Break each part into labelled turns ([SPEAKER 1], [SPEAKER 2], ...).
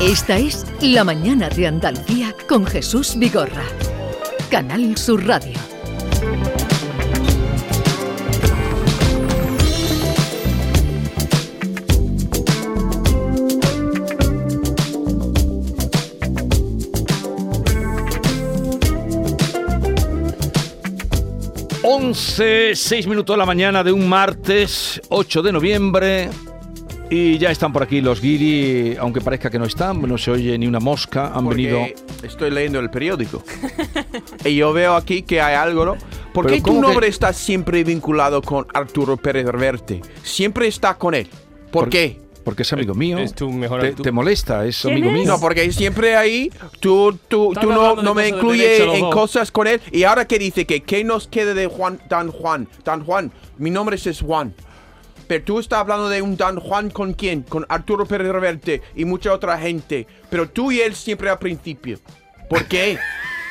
[SPEAKER 1] Esta es La Mañana de Andalucía con Jesús Vigorra. Canal Sur Radio.
[SPEAKER 2] Once, seis minutos de la mañana de un martes 8 de noviembre. Y ya están por aquí los guiri, aunque parezca que no están, no se oye ni una mosca, han
[SPEAKER 3] Porque
[SPEAKER 2] venido...
[SPEAKER 3] Estoy leyendo el periódico. y yo veo aquí que hay algo, ¿no? ¿Por
[SPEAKER 2] Pero
[SPEAKER 3] qué tu
[SPEAKER 2] ¿cómo que-
[SPEAKER 3] nombre está siempre vinculado con Arturo Pérez Reverte? Siempre está con él. ¿Por,
[SPEAKER 2] Por-
[SPEAKER 3] qué?
[SPEAKER 2] Porque es amigo mío.
[SPEAKER 4] eh, es tu mejor
[SPEAKER 2] te,
[SPEAKER 4] amigo.
[SPEAKER 2] te molesta, es amigo mío.
[SPEAKER 3] No, porque siempre ahí tú, tú,
[SPEAKER 4] Están
[SPEAKER 3] tú no, no
[SPEAKER 4] hablando de
[SPEAKER 3] me
[SPEAKER 4] cosas de derecha los
[SPEAKER 3] incluyes en
[SPEAKER 4] dos.
[SPEAKER 3] cosas con él. Y ahora que dice que ¿qué nos queda de Juan, Dan Juan? Dan Juan, mi nombre es Juan. Pero tú estás hablando de un Dan Juan con quién? Con Arturo Pérez Reverte y mucha otra gente. Pero tú y él siempre al principio. ¿Por qué?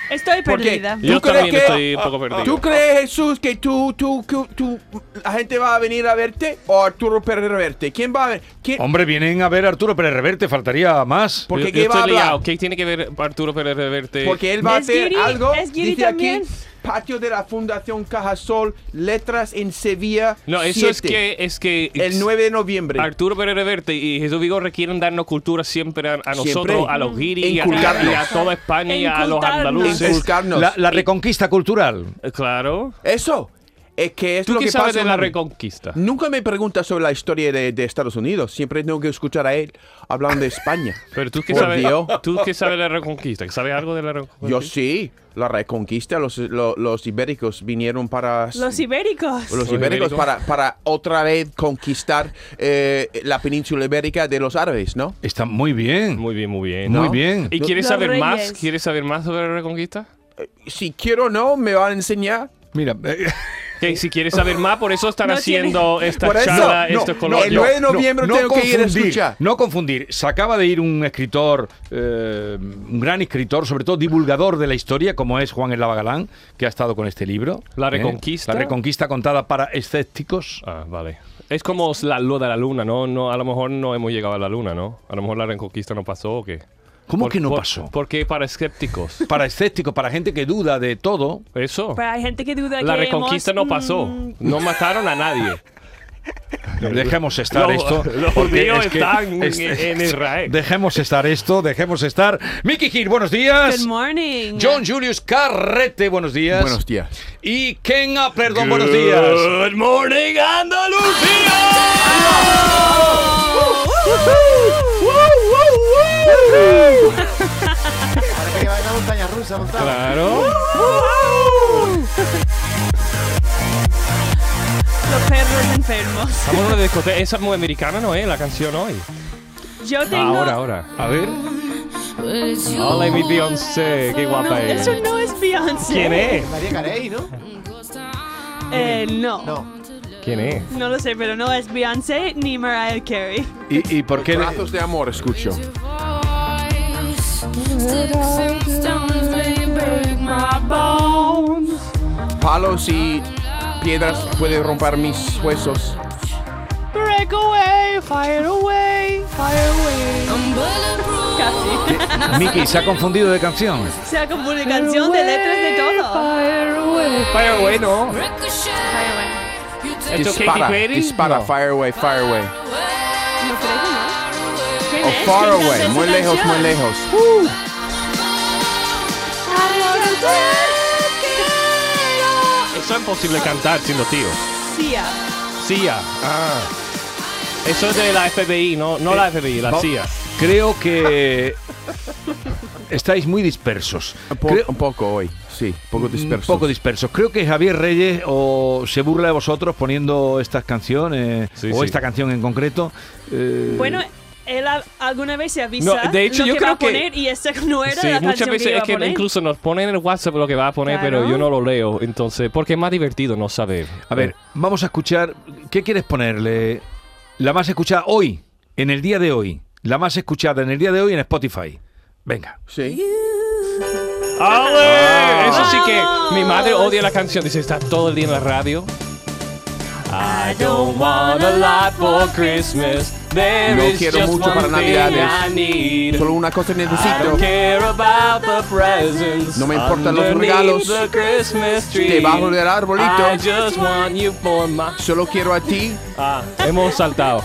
[SPEAKER 5] Estoy
[SPEAKER 3] ¿Por qué?
[SPEAKER 5] perdida.
[SPEAKER 4] Yo
[SPEAKER 3] crees
[SPEAKER 4] también estoy un poco perdido.
[SPEAKER 3] ¿Tú crees, Jesús, que tú, tú, tú, tú- la gente va a venir a verte o Arturo Pérez Reverte? ¿Quién va a ver? ¿Quién?
[SPEAKER 2] Hombre, vienen a ver a Arturo Pérez Reverte, faltaría más.
[SPEAKER 3] ¿Por
[SPEAKER 4] Yo-
[SPEAKER 3] qué
[SPEAKER 4] yo
[SPEAKER 3] qué va a
[SPEAKER 4] estoy
[SPEAKER 3] hablar?
[SPEAKER 4] liado. ¿Qué tiene que ver Arturo Pérez Reverte?
[SPEAKER 3] Porque él va a
[SPEAKER 5] Es
[SPEAKER 3] hacer
[SPEAKER 5] guiri,
[SPEAKER 3] algo.
[SPEAKER 5] es guiri
[SPEAKER 3] dice aquí,
[SPEAKER 5] también.
[SPEAKER 3] patio de la Fundación Cajasol, letras en Sevilla.
[SPEAKER 4] no, eso es
[SPEAKER 3] 7,
[SPEAKER 4] que es que
[SPEAKER 3] el 9 de noviembre.
[SPEAKER 4] Arturo Pérez Reverte y Jesús Vigorra quieren darnos cultura siempre a, a nosotros,
[SPEAKER 3] Siempre.
[SPEAKER 4] a los guiris, y a,
[SPEAKER 3] Inculcarnos.
[SPEAKER 4] y a toda España, y a los
[SPEAKER 5] Inculcarnos.
[SPEAKER 4] andaluces.
[SPEAKER 3] Inculcarnos.
[SPEAKER 2] La, la reconquista cultural.
[SPEAKER 4] Eh, Claro.
[SPEAKER 3] Eso es que es
[SPEAKER 4] ¿Tú
[SPEAKER 3] lo
[SPEAKER 4] qué
[SPEAKER 3] que
[SPEAKER 4] sabes
[SPEAKER 3] pasa
[SPEAKER 4] de la
[SPEAKER 3] en-
[SPEAKER 4] Reconquista?
[SPEAKER 3] Nunca me preguntas sobre la historia de, de Estados Unidos. Siempre tengo que escuchar a él hablando de España.
[SPEAKER 4] Pero tú qué
[SPEAKER 3] Por
[SPEAKER 4] sabes,
[SPEAKER 3] Dios.
[SPEAKER 4] tú qué sabes de la Reconquista, ¿sabes algo de la Reconquista?
[SPEAKER 3] Yo sí, la reconquista, los, lo- los ibéricos vinieron para...
[SPEAKER 5] Los ibéricos.
[SPEAKER 3] los
[SPEAKER 4] Los
[SPEAKER 3] ibéricos
[SPEAKER 4] ibéricos.
[SPEAKER 3] para, para otra vez conquistar eh, la península ibérica de los árabes, ¿no?
[SPEAKER 2] Está muy bien.
[SPEAKER 4] Muy bien, muy bien.
[SPEAKER 2] Muy
[SPEAKER 3] ¿no?
[SPEAKER 2] bien.
[SPEAKER 4] ¿Y quieres
[SPEAKER 5] Los
[SPEAKER 4] saber más?
[SPEAKER 5] reyes.
[SPEAKER 4] ¿Quieres saber más sobre la Reconquista?
[SPEAKER 3] Si quiero o no, me van a enseñar.
[SPEAKER 2] Mira, eh,
[SPEAKER 4] Que si quieres saber más, por eso están
[SPEAKER 5] No
[SPEAKER 4] haciendo esta
[SPEAKER 3] Por eso,
[SPEAKER 4] charla,
[SPEAKER 3] no,
[SPEAKER 4] estos
[SPEAKER 3] no,
[SPEAKER 4] colores.
[SPEAKER 3] el nueve de noviembre tengo que ir a escuchar.
[SPEAKER 2] No confundir. Se acaba de ir un escritor, eh, un gran escritor, sobre todo divulgador de la historia, como es Juan Eslava Galán, que ha estado con este libro.
[SPEAKER 4] La
[SPEAKER 2] ¿eh?
[SPEAKER 4] Reconquista.
[SPEAKER 2] La Reconquista contada para escépticos.
[SPEAKER 4] Ah, vale. Es como la luz de la luna, ¿no? no A lo mejor no hemos llegado a la luna, ¿no? A lo mejor la reconquista no pasó o qué.
[SPEAKER 2] ¿Cómo
[SPEAKER 4] Por-
[SPEAKER 2] que no
[SPEAKER 4] por-
[SPEAKER 2] pasó?
[SPEAKER 4] Porque para escépticos.
[SPEAKER 2] Para escépticos, para gente que duda de todo.
[SPEAKER 4] Eso.
[SPEAKER 5] Pero hay gente que duda que
[SPEAKER 4] La reconquista
[SPEAKER 5] hemos,
[SPEAKER 4] no pasó.
[SPEAKER 5] mm,
[SPEAKER 4] No mataron a nadie.
[SPEAKER 2] Dejemos estar
[SPEAKER 4] Los-
[SPEAKER 2] esto.
[SPEAKER 4] los
[SPEAKER 2] porque
[SPEAKER 4] judíos
[SPEAKER 2] es que-
[SPEAKER 4] están
[SPEAKER 2] es-
[SPEAKER 4] en Israel.
[SPEAKER 2] Dejemos estar esto, dejemos estar. Mickey Gil, buenos días.
[SPEAKER 5] Good morning.
[SPEAKER 2] John Julius Carrete, buenos días.
[SPEAKER 3] Buenos días.
[SPEAKER 2] Y Ken perdón, buenos días.
[SPEAKER 4] Good morning, Andalucía.
[SPEAKER 6] Parece que va a una montaña rusa, montada.
[SPEAKER 4] Claro.
[SPEAKER 5] Uh-huh. Los perros enfermos.
[SPEAKER 4] Estamos en una discoteca. Esa es muy americana, ¿no es? La canción hoy.
[SPEAKER 5] Yo tengo.
[SPEAKER 4] Ah, Ahora, ahora. A ver. Hola, mi Beyoncé. Qué
[SPEAKER 5] No,
[SPEAKER 4] guapa es.
[SPEAKER 5] eso no es Beyoncé.
[SPEAKER 4] eh. ¿Quién es?
[SPEAKER 6] María Carey, ¿no?
[SPEAKER 5] Eh, no. no.
[SPEAKER 6] No.
[SPEAKER 4] ¿Quién es?
[SPEAKER 5] lo sé, pero no es Beyoncé ni Mariah Carey.
[SPEAKER 2] ¿Y, y por qué?
[SPEAKER 3] Brazos de amor, escucho. Palos y piedras pueden romper mis huesos.
[SPEAKER 5] Break away, fire away, fire away. Casi.
[SPEAKER 2] Mickey se ha confundido de canción.
[SPEAKER 5] Se ha confundido canción de letras de todo.
[SPEAKER 4] Pero bueno. ¿Esto es Katy
[SPEAKER 3] Dispara,
[SPEAKER 4] Perry?
[SPEAKER 3] dispara,
[SPEAKER 4] No.
[SPEAKER 3] fire away, fire away.
[SPEAKER 5] No creo que no.
[SPEAKER 4] Oh,
[SPEAKER 5] ¿Quién
[SPEAKER 3] O
[SPEAKER 5] es? ¿Quién
[SPEAKER 3] far
[SPEAKER 5] canta
[SPEAKER 3] away,
[SPEAKER 5] esa
[SPEAKER 3] muy lejos,
[SPEAKER 5] canción?
[SPEAKER 3] muy lejos.
[SPEAKER 4] Eso es imposible cantar siendo tío.
[SPEAKER 5] Sia.
[SPEAKER 4] CIA. Ah. Eso es de la FBI, no, no la FBI, la
[SPEAKER 2] no.
[SPEAKER 4] CIA.
[SPEAKER 2] Creo que estáis muy dispersos.
[SPEAKER 3] Un, po-
[SPEAKER 2] Creo-
[SPEAKER 3] un poco hoy, sí, un poco disperso.
[SPEAKER 2] poco dispersos. Creo que Javier Reyes o se burla de vosotros poniendo estas canciones
[SPEAKER 4] Sí,
[SPEAKER 2] o
[SPEAKER 4] sí.
[SPEAKER 2] esta canción en concreto. eh,
[SPEAKER 5] Bueno, él a- alguna vez se avisa
[SPEAKER 4] No, de hecho,
[SPEAKER 5] lo
[SPEAKER 4] yo
[SPEAKER 5] que
[SPEAKER 4] creo
[SPEAKER 5] va a
[SPEAKER 4] que-
[SPEAKER 5] poner y esta no era
[SPEAKER 4] Sí,
[SPEAKER 5] la
[SPEAKER 4] muchas
[SPEAKER 5] canción
[SPEAKER 4] veces
[SPEAKER 5] que iba
[SPEAKER 4] es
[SPEAKER 5] a
[SPEAKER 4] que
[SPEAKER 5] poner.
[SPEAKER 4] incluso nos ponen en el WhatsApp lo que va a poner, pero
[SPEAKER 5] Claro.
[SPEAKER 4] yo no lo leo. Entonces, porque es más divertido no saber.
[SPEAKER 2] A ver, vamos a escuchar. ¿Qué quieres ponerle? La más escuchada hoy, en el día de hoy. La más escuchada en el día de hoy en Spotify. Venga.
[SPEAKER 3] Sí. Ah.
[SPEAKER 4] ¡Ale! Eso sí que mi madre odia la canción. Dice, está todo el día en la radio. I don't want a lot for Christmas. There
[SPEAKER 3] No
[SPEAKER 4] is
[SPEAKER 3] quiero
[SPEAKER 4] just
[SPEAKER 3] mucho
[SPEAKER 4] one
[SPEAKER 3] para
[SPEAKER 4] thing
[SPEAKER 3] Navidades.
[SPEAKER 4] I need.
[SPEAKER 3] Solo una cosa
[SPEAKER 4] I
[SPEAKER 3] necesito.
[SPEAKER 4] don't care about the presents
[SPEAKER 3] No me importan los
[SPEAKER 4] underneath
[SPEAKER 3] regalos.
[SPEAKER 4] the Christmas tree.
[SPEAKER 3] Debajo del arbolito.
[SPEAKER 4] I just want you for my-
[SPEAKER 3] Solo quiero a ti.
[SPEAKER 4] Ah, hemos saltado.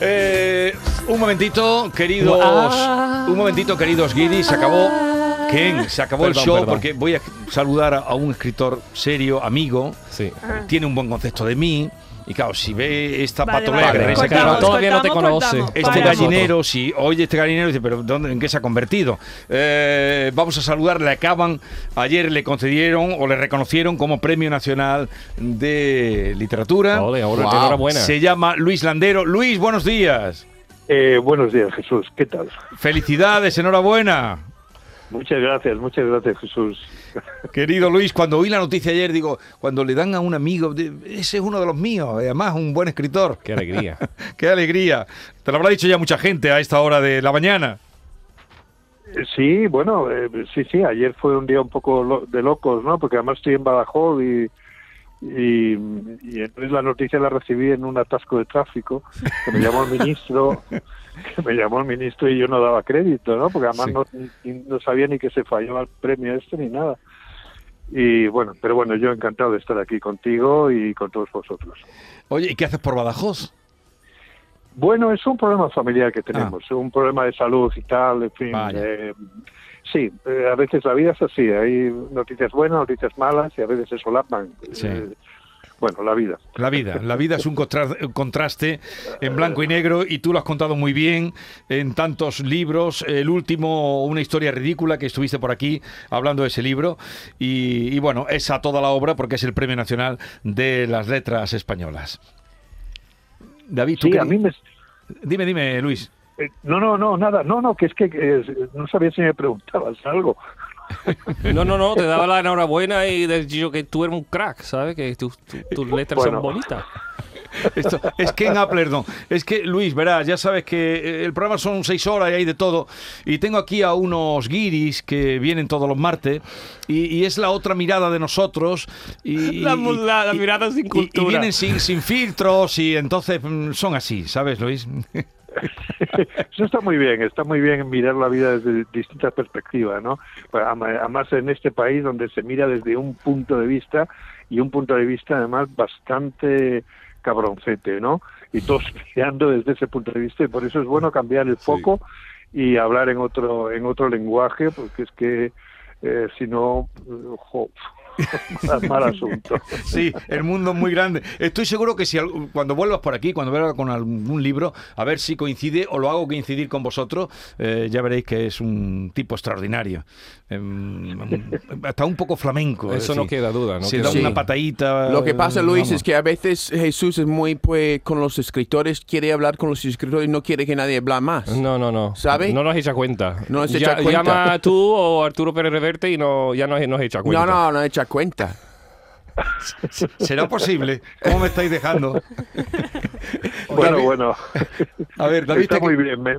[SPEAKER 2] Eh, un momentito, queridos. Un momentito, queridos Guiri. Se acabó. Ken, se acabó el
[SPEAKER 4] Perdón,
[SPEAKER 2] show
[SPEAKER 4] perdón.
[SPEAKER 2] porque voy a saludar a, a un escritor serio, amigo.
[SPEAKER 4] Sí.
[SPEAKER 2] Tiene un buen concepto de mí. Y claro, si ve esta
[SPEAKER 5] Ah. Vale,
[SPEAKER 2] patolea
[SPEAKER 5] vale,
[SPEAKER 2] que
[SPEAKER 4] Vale,
[SPEAKER 2] me he
[SPEAKER 4] cortamos,
[SPEAKER 2] sacado,
[SPEAKER 4] todavía no te
[SPEAKER 5] cortamos,
[SPEAKER 4] conoce.
[SPEAKER 5] cortamos.
[SPEAKER 2] este
[SPEAKER 5] Para.
[SPEAKER 2] gallinero, si oye este gallinero, dice, pero dónde, ¿en qué se ha convertido? Eh, vamos a saludar, le acaban, ayer le concedieron o le reconocieron como Premio Nacional de Literatura.
[SPEAKER 4] Ole, ole,
[SPEAKER 3] Wow.
[SPEAKER 4] enhorabuena.
[SPEAKER 2] Se llama Luis Landero. Luis, buenos días.
[SPEAKER 7] Eh, buenos días, Jesús. ¿Qué tal?
[SPEAKER 2] Felicidades, enhorabuena.
[SPEAKER 7] Muchas gracias, muchas gracias, Jesús.
[SPEAKER 2] Querido Luis, cuando oí la noticia ayer, digo, cuando le dan a un amigo, de- ese es uno de los míos, además un buen escritor.
[SPEAKER 4] Qué alegría.
[SPEAKER 2] Qué alegría. Te lo habrá dicho ya mucha gente a esta hora de la mañana.
[SPEAKER 7] Eh, Sí, bueno, eh, sí, sí, ayer fue un día un poco lo- de locos, ¿no? Porque además estoy en Badajoz y, y, y entonces la noticia la recibí en un atasco de tráfico, que me llamó el ministro, que me llamó el ministro y yo no daba crédito, ¿no? Porque además
[SPEAKER 4] Sí.
[SPEAKER 7] no, ni- no sabía ni que se falló el premio este ni nada. Y bueno, pero bueno, yo encantado de estar aquí contigo y con todos vosotros.
[SPEAKER 2] Oye, ¿y qué haces por Badajoz?
[SPEAKER 7] Bueno, es un problema familiar que tenemos, un problema de salud y tal, en fin.
[SPEAKER 2] Vaya.
[SPEAKER 7] eh, sí, eh, a veces la vida es así, hay noticias buenas, noticias malas y a veces se solapan.
[SPEAKER 2] Sí.
[SPEAKER 7] Eh, bueno, la vida.
[SPEAKER 2] La vida, la vida es un contra- un contraste en blanco y negro y tú lo has contado muy bien en tantos libros. El último, una historia ridícula que estuviste por aquí hablando de ese libro y, y bueno, es a toda la obra porque es el Premio Nacional de las Letras Españolas. David, ¿tú
[SPEAKER 7] Sí,
[SPEAKER 2] qué
[SPEAKER 7] a
[SPEAKER 2] di-
[SPEAKER 7] mí me...
[SPEAKER 2] dime, dime, Luis.
[SPEAKER 7] eh, no, no, no, nada, no, no, que es que eh, no sabía si me preguntabas algo.
[SPEAKER 4] No, no, no, te daba la enhorabuena y de- yo que tú eres un crack, ¿sabes? Que tus- tus- tus letras
[SPEAKER 7] Bueno.
[SPEAKER 4] son bonitas.
[SPEAKER 2] Esto- es que en Apple, no. Es que, Luis, verás, ya sabes que eh, el programa son seis horas y hay de todo. Y tengo aquí a unos guiris que vienen todos los martes. Y, y es la otra mirada de nosotros. Y,
[SPEAKER 4] La
[SPEAKER 2] y-
[SPEAKER 4] mu- la- la
[SPEAKER 2] y-
[SPEAKER 4] mirada
[SPEAKER 2] y-
[SPEAKER 4] sin
[SPEAKER 2] Y,
[SPEAKER 4] cultura.
[SPEAKER 2] vienen sin, sin filtros y entonces mm, son así, ¿sabes, Luis?
[SPEAKER 7] Eso está muy bien, está muy bien mirar la vida desde distintas perspectivas, ¿no? Ama- Además, en este país donde se mira desde un punto de vista y un punto de vista además bastante cabroncete, ¿no? Y todos mirando desde ese punto de vista y por eso es bueno cambiar el foco y hablar en otro en otro lenguaje porque es que eh, si no, eh, jo, mal- mal asunto.
[SPEAKER 2] Sí, el mundo es muy grande. Estoy seguro que si al- cuando vuelvas por aquí, cuando vuelvas con algún libro, a ver si coincide o lo hago coincidir con vosotros, eh, ya veréis que es un tipo extraordinario. Em, hasta un poco flamenco. es
[SPEAKER 4] Eso no
[SPEAKER 2] decir,
[SPEAKER 4] queda duda, ¿no?
[SPEAKER 2] Se
[SPEAKER 4] queda
[SPEAKER 2] da
[SPEAKER 4] duda.
[SPEAKER 2] una patadita.
[SPEAKER 3] Lo que pasa,
[SPEAKER 2] Ah,
[SPEAKER 3] Luis,
[SPEAKER 2] vamos.
[SPEAKER 3] es que a veces Jesús es muy, pues, con los escritores, quiere hablar con los escritores y no quiere que nadie hable más.
[SPEAKER 4] No, no, no.
[SPEAKER 3] ¿Sabe?
[SPEAKER 4] No nos hecha cuenta.
[SPEAKER 3] No nos
[SPEAKER 4] Ya-
[SPEAKER 3] echa cuenta.
[SPEAKER 4] Llama tú o Arturo Pérez Reverte y no, ya nos, nos hecha cuenta.
[SPEAKER 3] No, no, no echa cuenta.
[SPEAKER 2] ¿Será posible? ¿Cómo me estáis dejando?
[SPEAKER 7] Bueno,
[SPEAKER 2] David-
[SPEAKER 7] bueno,
[SPEAKER 2] A ver, David,
[SPEAKER 7] está
[SPEAKER 2] te,
[SPEAKER 7] muy bien. me-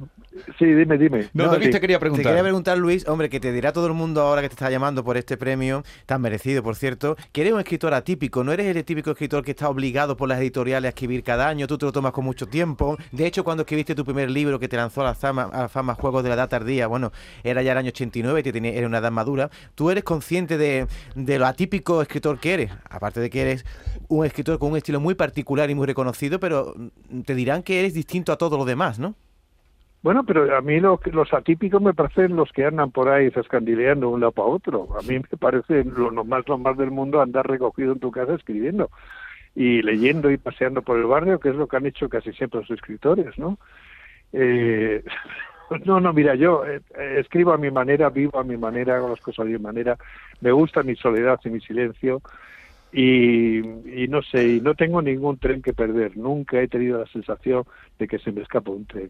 [SPEAKER 7] Sí, dime, dime.
[SPEAKER 2] no,
[SPEAKER 7] No,
[SPEAKER 2] David
[SPEAKER 7] sí.
[SPEAKER 2] te quería
[SPEAKER 6] Te
[SPEAKER 2] preguntar.
[SPEAKER 6] quería preguntar, Luis, hombre, que te dirá todo el mundo ahora que te está llamando por este premio, tan merecido, por cierto, que eres un escritor atípico, no eres el típico escritor que está obligado por las editoriales a escribir cada año, tú te lo tomas con mucho tiempo. De hecho, cuando escribiste tu primer libro que te lanzó a la fama, a la fama Juegos de la Edad Tardía, bueno, era ya el año 89 y te tenía- era una edad madura, tú eres consciente de, de lo atípico escritor que eres, aparte de que eres un escritor con un estilo muy particular y muy reconocido, pero mm, te dirán que eres distinto a todos los demás, ¿no?
[SPEAKER 7] Bueno, pero a mí lo que- los atípicos me parecen los que andan por ahí zascandileando de un lado para otro. A mí me parece lo no- más lo más del mundo andar recogido en tu casa escribiendo y leyendo y paseando por el barrio, que es lo que han hecho casi siempre los escritores, ¿no? Eh, no, no, mira, yo eh, eh, escribo a mi manera, vivo a mi manera, hago las cosas a mi manera. Me gusta mi soledad y mi silencio. Y, y no sé, y no tengo ningún tren que perder. Nunca he tenido la sensación de que se me escapa un tren.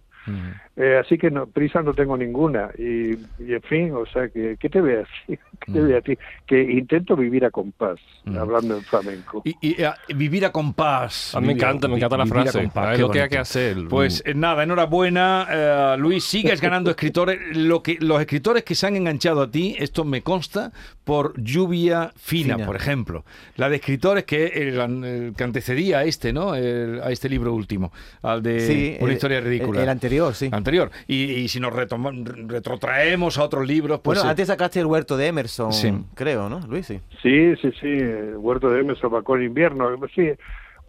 [SPEAKER 7] Eh, así que no, prisa no tengo ninguna. Y, y, en fin, o sea, que, ¿qué te voy a decir? ¿Qué te voy a
[SPEAKER 2] Mm.
[SPEAKER 7] decir? Que intento vivir a compás, hablando en flamenco.
[SPEAKER 2] Y, y, eh, vivir a compás.
[SPEAKER 4] A mí me
[SPEAKER 2] Vivir a-
[SPEAKER 4] encanta, me encanta la
[SPEAKER 2] vivir a
[SPEAKER 4] frase.
[SPEAKER 2] compás,
[SPEAKER 4] Ah, es
[SPEAKER 2] qué
[SPEAKER 4] lo que hay
[SPEAKER 2] bonito.
[SPEAKER 4] que hacer.
[SPEAKER 2] Pues eh, nada, enhorabuena, eh, Luis. Sigues ganando escritores. Lo que, los escritores que se han enganchado a ti, esto me consta, por Lluvia Fina,
[SPEAKER 6] Fina.
[SPEAKER 2] por ejemplo. La de escritores que el, an- el que antecedía a este, ¿no? El- a este libro último, al de
[SPEAKER 6] Sí,
[SPEAKER 2] Una
[SPEAKER 6] el-
[SPEAKER 2] historia ridícula.
[SPEAKER 6] el- el anterior, sí.
[SPEAKER 2] Anterior. Y, y si nos retoma- retrotraemos a otros libros, pues...
[SPEAKER 6] bueno,
[SPEAKER 2] eh,
[SPEAKER 6] antes sacaste el huerto de Emerson,
[SPEAKER 2] Sí.
[SPEAKER 6] creo, ¿no, Luis? Sí.
[SPEAKER 7] Sí, sí, sí, eh, Huerto de M, Sobacón Invierno. Sí,